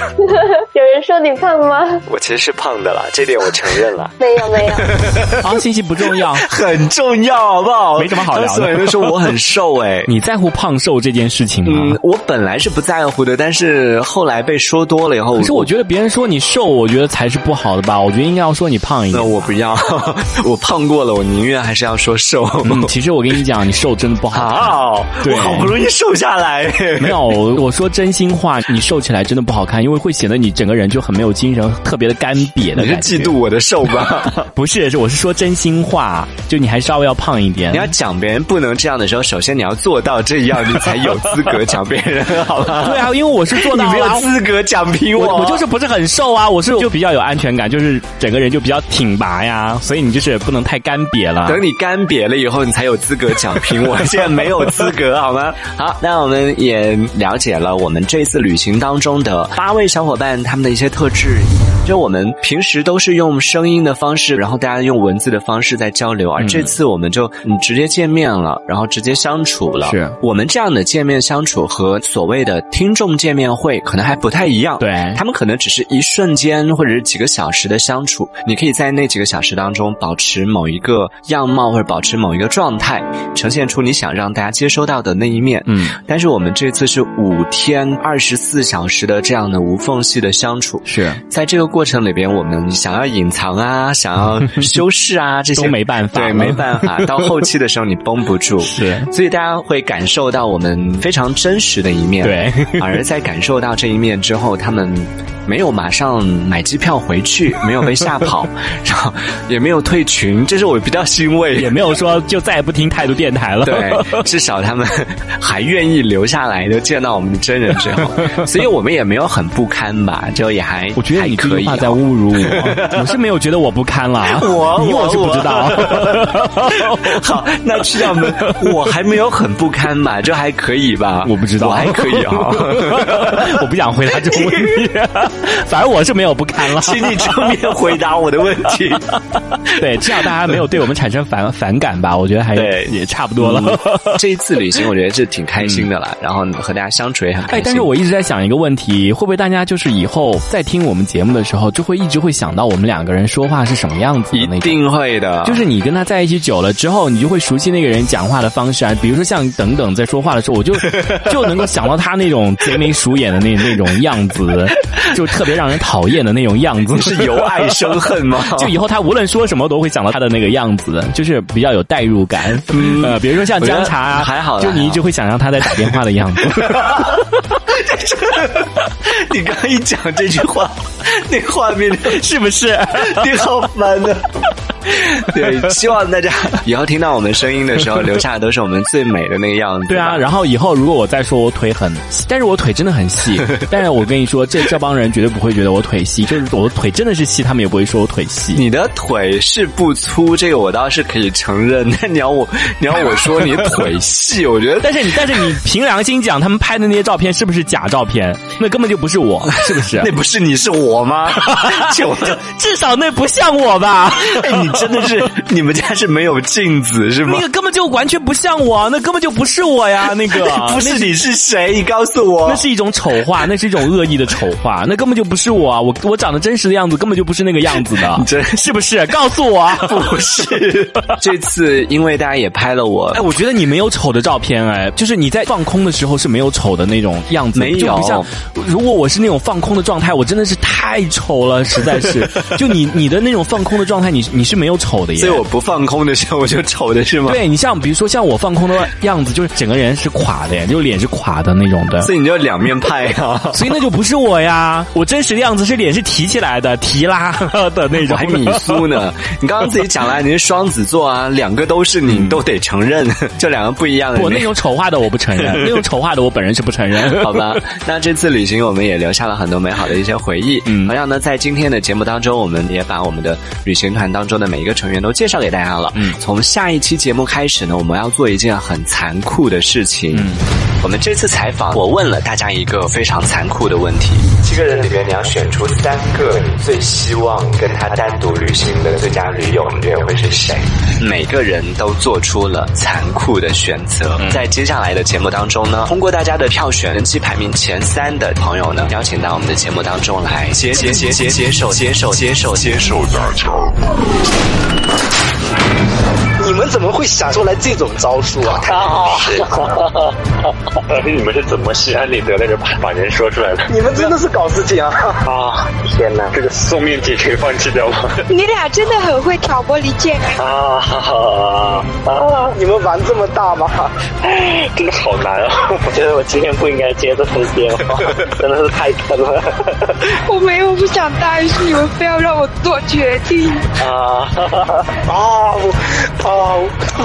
Speaker 10: 有人说你胖吗？
Speaker 7: 我其实是胖的啦，这点我承认了。
Speaker 10: 没有没有，
Speaker 2: 啊，信息不重要。
Speaker 1: 很重要，好不好？
Speaker 2: 没什么好聊的。
Speaker 1: 当所有人都说我很瘦、哎
Speaker 2: 你在乎胖瘦这件事情吗？
Speaker 1: 嗯，我本来是不在乎的，但是后来被说多了以后，
Speaker 2: 可是我觉得别人说你瘦，我觉得才是不好的吧？我觉得应该要说你胖一
Speaker 1: 那
Speaker 2: 点。
Speaker 1: 我不要， 我胖过了，我宁愿还是要说瘦。
Speaker 2: 嗯，其实我跟你讲，你瘦真的不好。
Speaker 1: 啊，
Speaker 2: 对
Speaker 1: 我 好不容易瘦下来，
Speaker 2: 没有，我说真心话，你瘦起来真的不好看，因为会显得你整个人就很没有精神，特别的干瘪的
Speaker 1: 你是
Speaker 2: 感觉。
Speaker 1: 嫉妒？我的瘦 吧？
Speaker 2: 不是，是我是说真心话，就你还稍微要胖一点。
Speaker 1: 你要讲别人不能这样的时候，首先你要做到这样，你才有资格讲别人，好 吧？
Speaker 2: 对啊，因为我是做
Speaker 1: 你
Speaker 2: 到
Speaker 1: 没有
Speaker 2: 了。
Speaker 1: 资格讲评
Speaker 2: 我
Speaker 1: 我
Speaker 2: 我就是不是很瘦啊，我是就比较有安全感，就是整个人就比较挺拔呀，所以你就是不能太干瘪了。
Speaker 1: 等你干瘪了以后，你才有资格讲评我，现在没有资格，好吗？ 好，那我们也了解了我们这次旅行当中的八位小伙伴他们的一些特质。就我们平时都是用声音的方式，然后大家用文字的方式在交流，而这次我们就嗯直接见面了，然后直接相处了。
Speaker 2: 是
Speaker 1: 我们这样的见面相处和所谓的听众见面会可能还不太一样。
Speaker 2: 对
Speaker 1: 他们可能只是一瞬间或者是几个小时的相处，你可以在那几个小时当中保持某一个样貌或者保持某一个状态，呈现出你想让大家接收到的那一面。
Speaker 2: 嗯，
Speaker 1: 但是我们这次是五天二十四小时的这样的无缝隙的相处，
Speaker 2: 是
Speaker 1: 在这个过程里边，我们想要隐藏啊，想要修饰啊，这些
Speaker 2: 都没办法
Speaker 1: 对，
Speaker 2: 了
Speaker 1: 没办法。到后期的时候，你绷不住，
Speaker 2: 是
Speaker 1: 所以大家会感受到我们非常真实的一面。
Speaker 2: 对
Speaker 1: 而在感受到这一面之后，他们没有马上买机票回 去，没有被吓跑，然后也没有退群，这是我比较欣慰。
Speaker 2: 也没有说就再也不听态度电台了。
Speaker 1: 对，至少他们还愿意留下来，就见到我们的真人之 后，所以我们也没有很不堪吧，就也还
Speaker 2: 我觉得你
Speaker 1: 还
Speaker 2: 这
Speaker 1: 可
Speaker 2: 句
Speaker 1: 以
Speaker 2: 话
Speaker 1: 啊、
Speaker 2: 在侮辱 我，我是没有觉得我不堪啦，
Speaker 1: 我
Speaker 2: 你
Speaker 1: 我
Speaker 2: 是不知道，
Speaker 1: 好，那去掉我们，我还没有很不堪吧，就还可以吧。
Speaker 2: 我不知道，
Speaker 1: 我还可以啊哦哈、
Speaker 2: 我不想回答这个问题，反正我是没有不 堪了。
Speaker 1: 请你正面回答我的问题。
Speaker 2: 对，至少大家没有对我们产生反反感吧？我觉得还
Speaker 1: 对嗯
Speaker 2: 也差不多了。嗯
Speaker 1: 这一次旅行，我觉得是挺开心的啦，然后和大家相处也很开
Speaker 2: 哎
Speaker 1: 心。，
Speaker 2: 但是我一直在想一个问题，会不会大家就是以后在听我们节目的时候，就会一直会想到我们两个人说话是什么样子的
Speaker 1: 一
Speaker 2: 那种？
Speaker 1: 定会 的，
Speaker 2: 就是你跟他在一起久了之后，你就会熟悉那个人讲话的方式啊。比如说像等等在说话的时候， 我就就能够想到他那种贼眉鼠眼的那那种样子，就特别让人讨厌的那种样子。
Speaker 1: 是由爱生恨 吗
Speaker 2: ？就以后他无论说什么，我都会想到他的那个样子，就是比较有代入感。呃，比如说像
Speaker 1: 嗯我觉得
Speaker 2: 姜茶啊
Speaker 1: 还好啦
Speaker 2: 就你一
Speaker 1: 还
Speaker 2: 直
Speaker 1: 好
Speaker 2: 会想象他在打电话的样 子。
Speaker 1: 你刚一讲这句 话，那画面
Speaker 2: 是不是？
Speaker 1: 你好烦 的。对，希望大家以后听到我们声音的时候，留下的都是我们最美的那个样子吧。
Speaker 2: 对 啊，然后以后如果我再说我腿很，但是我腿真的很 细，但是我跟你说，这这帮人绝对不会觉得我腿细，就是我腿真的是细，他们也不会说我腿细。
Speaker 1: 你的腿是不粗，这个我倒是可以承认。但你要我，你要我说你腿细，我觉得？
Speaker 2: 但是你，但是你凭良心讲，他们拍的那些照片是不是假照片？那根本就不是 我，是不是
Speaker 1: 那不是你是我吗？ 求求，
Speaker 2: 至少那不像我吧？
Speaker 1: 哎，你真的是你们家是没有镜子是吗
Speaker 2: 那？个根本就完全不像我，那根本就不是我 呀！那个
Speaker 1: 不是你是谁？你告诉我
Speaker 2: 那，是一种丑化，那是一种恶意的丑化，那根本就不是我啊！我我长得真实的样子根本就不是那个样子 的，
Speaker 1: 真
Speaker 2: 是不是？告诉我啊，
Speaker 1: 不是。 这次因为大家也拍了我
Speaker 2: 哎，，我觉得你没有丑的照片，哎，就是你在放空的时候是没有丑的那种样子，
Speaker 1: 没有
Speaker 2: 就不像如果我是那种放空的状态，我真的是太丑了，实在 是。就你你的那种放空的状态，你你是没有丑的耶
Speaker 1: 所以。我不放空的时候我就丑的是吗？
Speaker 2: 对你像比如说像我放空的样子，就是整个人是垮的，耶，就脸是垮的那种的。
Speaker 1: 所以你就两面派啊。
Speaker 2: 所以那就不是我呀，我真实的样子是脸是提起来的，提拉 的那
Speaker 1: 我
Speaker 2: 种。
Speaker 1: 还 米苏 呢，你刚刚自己讲了，你是双子座啊，两个都是你，你都得承认， 这两个不一样的你。
Speaker 2: 我那种丑化的我不承认，那种丑化的我本人是不承认。
Speaker 1: 好吧，那这次旅行我们也留下了很多美好的一些回忆。
Speaker 2: 嗯
Speaker 1: 同样呢，在今天的节目当中，我们也把我们的旅行团当中的每一个成员都介绍给大家了。嗯，从下一期节目开始呢，我们要做一件很残酷的事情。嗯，我们这次采访，我问了大家一个非常残酷的问题。
Speaker 7: 七个人里面，你要选出三个你最希望跟他单独旅行的最佳驴友，你认为会是谁？
Speaker 1: 每个人都做出了残酷的选择。
Speaker 7: 嗯
Speaker 1: 在接下来的节目当中呢，通过大家的票选，人气排名前三的朋友呢，邀请到我们的节目当中来接接接接接受接受接受接受的。
Speaker 4: 你们怎么会想出来这种招数 啊？
Speaker 9: 到底 你们是怎么心安理得的把把人说出来的？
Speaker 4: 你们真的是搞事情啊！
Speaker 9: 啊，
Speaker 8: 天哪！
Speaker 9: 这个送命题可以放弃掉吗？
Speaker 10: 你俩真的很会挑拨离 间啊！
Speaker 9: 啊啊，
Speaker 4: 啊，你们玩这么大 吗？
Speaker 9: 这个好难啊！
Speaker 5: 哦我觉得我今天不应该接这通电话，真的是太坑了
Speaker 10: 我没有不想答应，是你们非要让我做决定。
Speaker 5: 啊！
Speaker 4: 啊，我啊，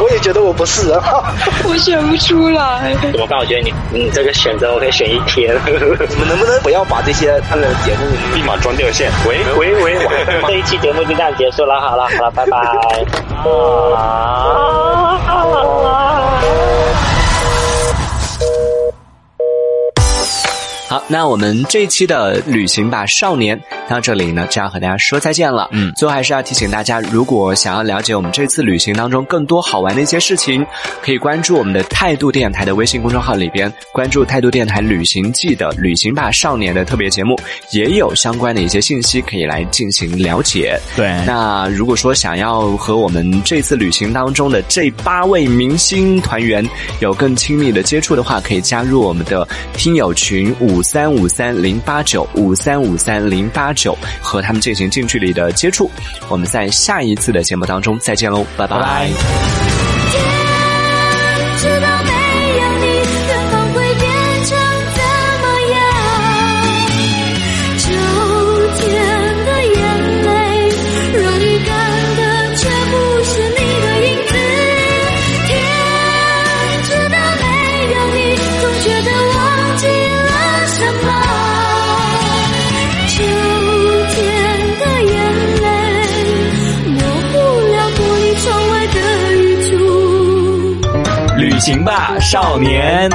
Speaker 4: 我也觉得我不是人。啊
Speaker 10: 我选不出来。
Speaker 5: 怎么办？我觉得你你这个选择我可以选一天。
Speaker 4: 你们能不能不要把这些他们的节目？
Speaker 9: 立马装掉线。喂喂喂，我 还在吗
Speaker 5: 这一期节目就这样结束了，好了好了，拜拜。啊
Speaker 1: 好，那我们这一期的旅行吧少年到这里呢，就要和大家说再见了。嗯，最后还是要提醒大家，如果想要了解我们这次旅行当中更多好玩的一些事情，可以关注我们的态度电台的微信公众号里边，关注态度电台旅行记的旅行吧少年的特别节目，也有相关的一些信息可以来进行了解。
Speaker 2: 对，
Speaker 1: 那如果说想要和我们这次旅行当中的这八位明星团员有更亲密的接触的话，可以加入我们的听友群五三五三零八九五三五三零八九，和他们进行近距离的接触。我们在下一次的节目当中再见喽，拜拜
Speaker 11: 知道没有你，远方会变成怎么样？祝
Speaker 1: 行吧，少年。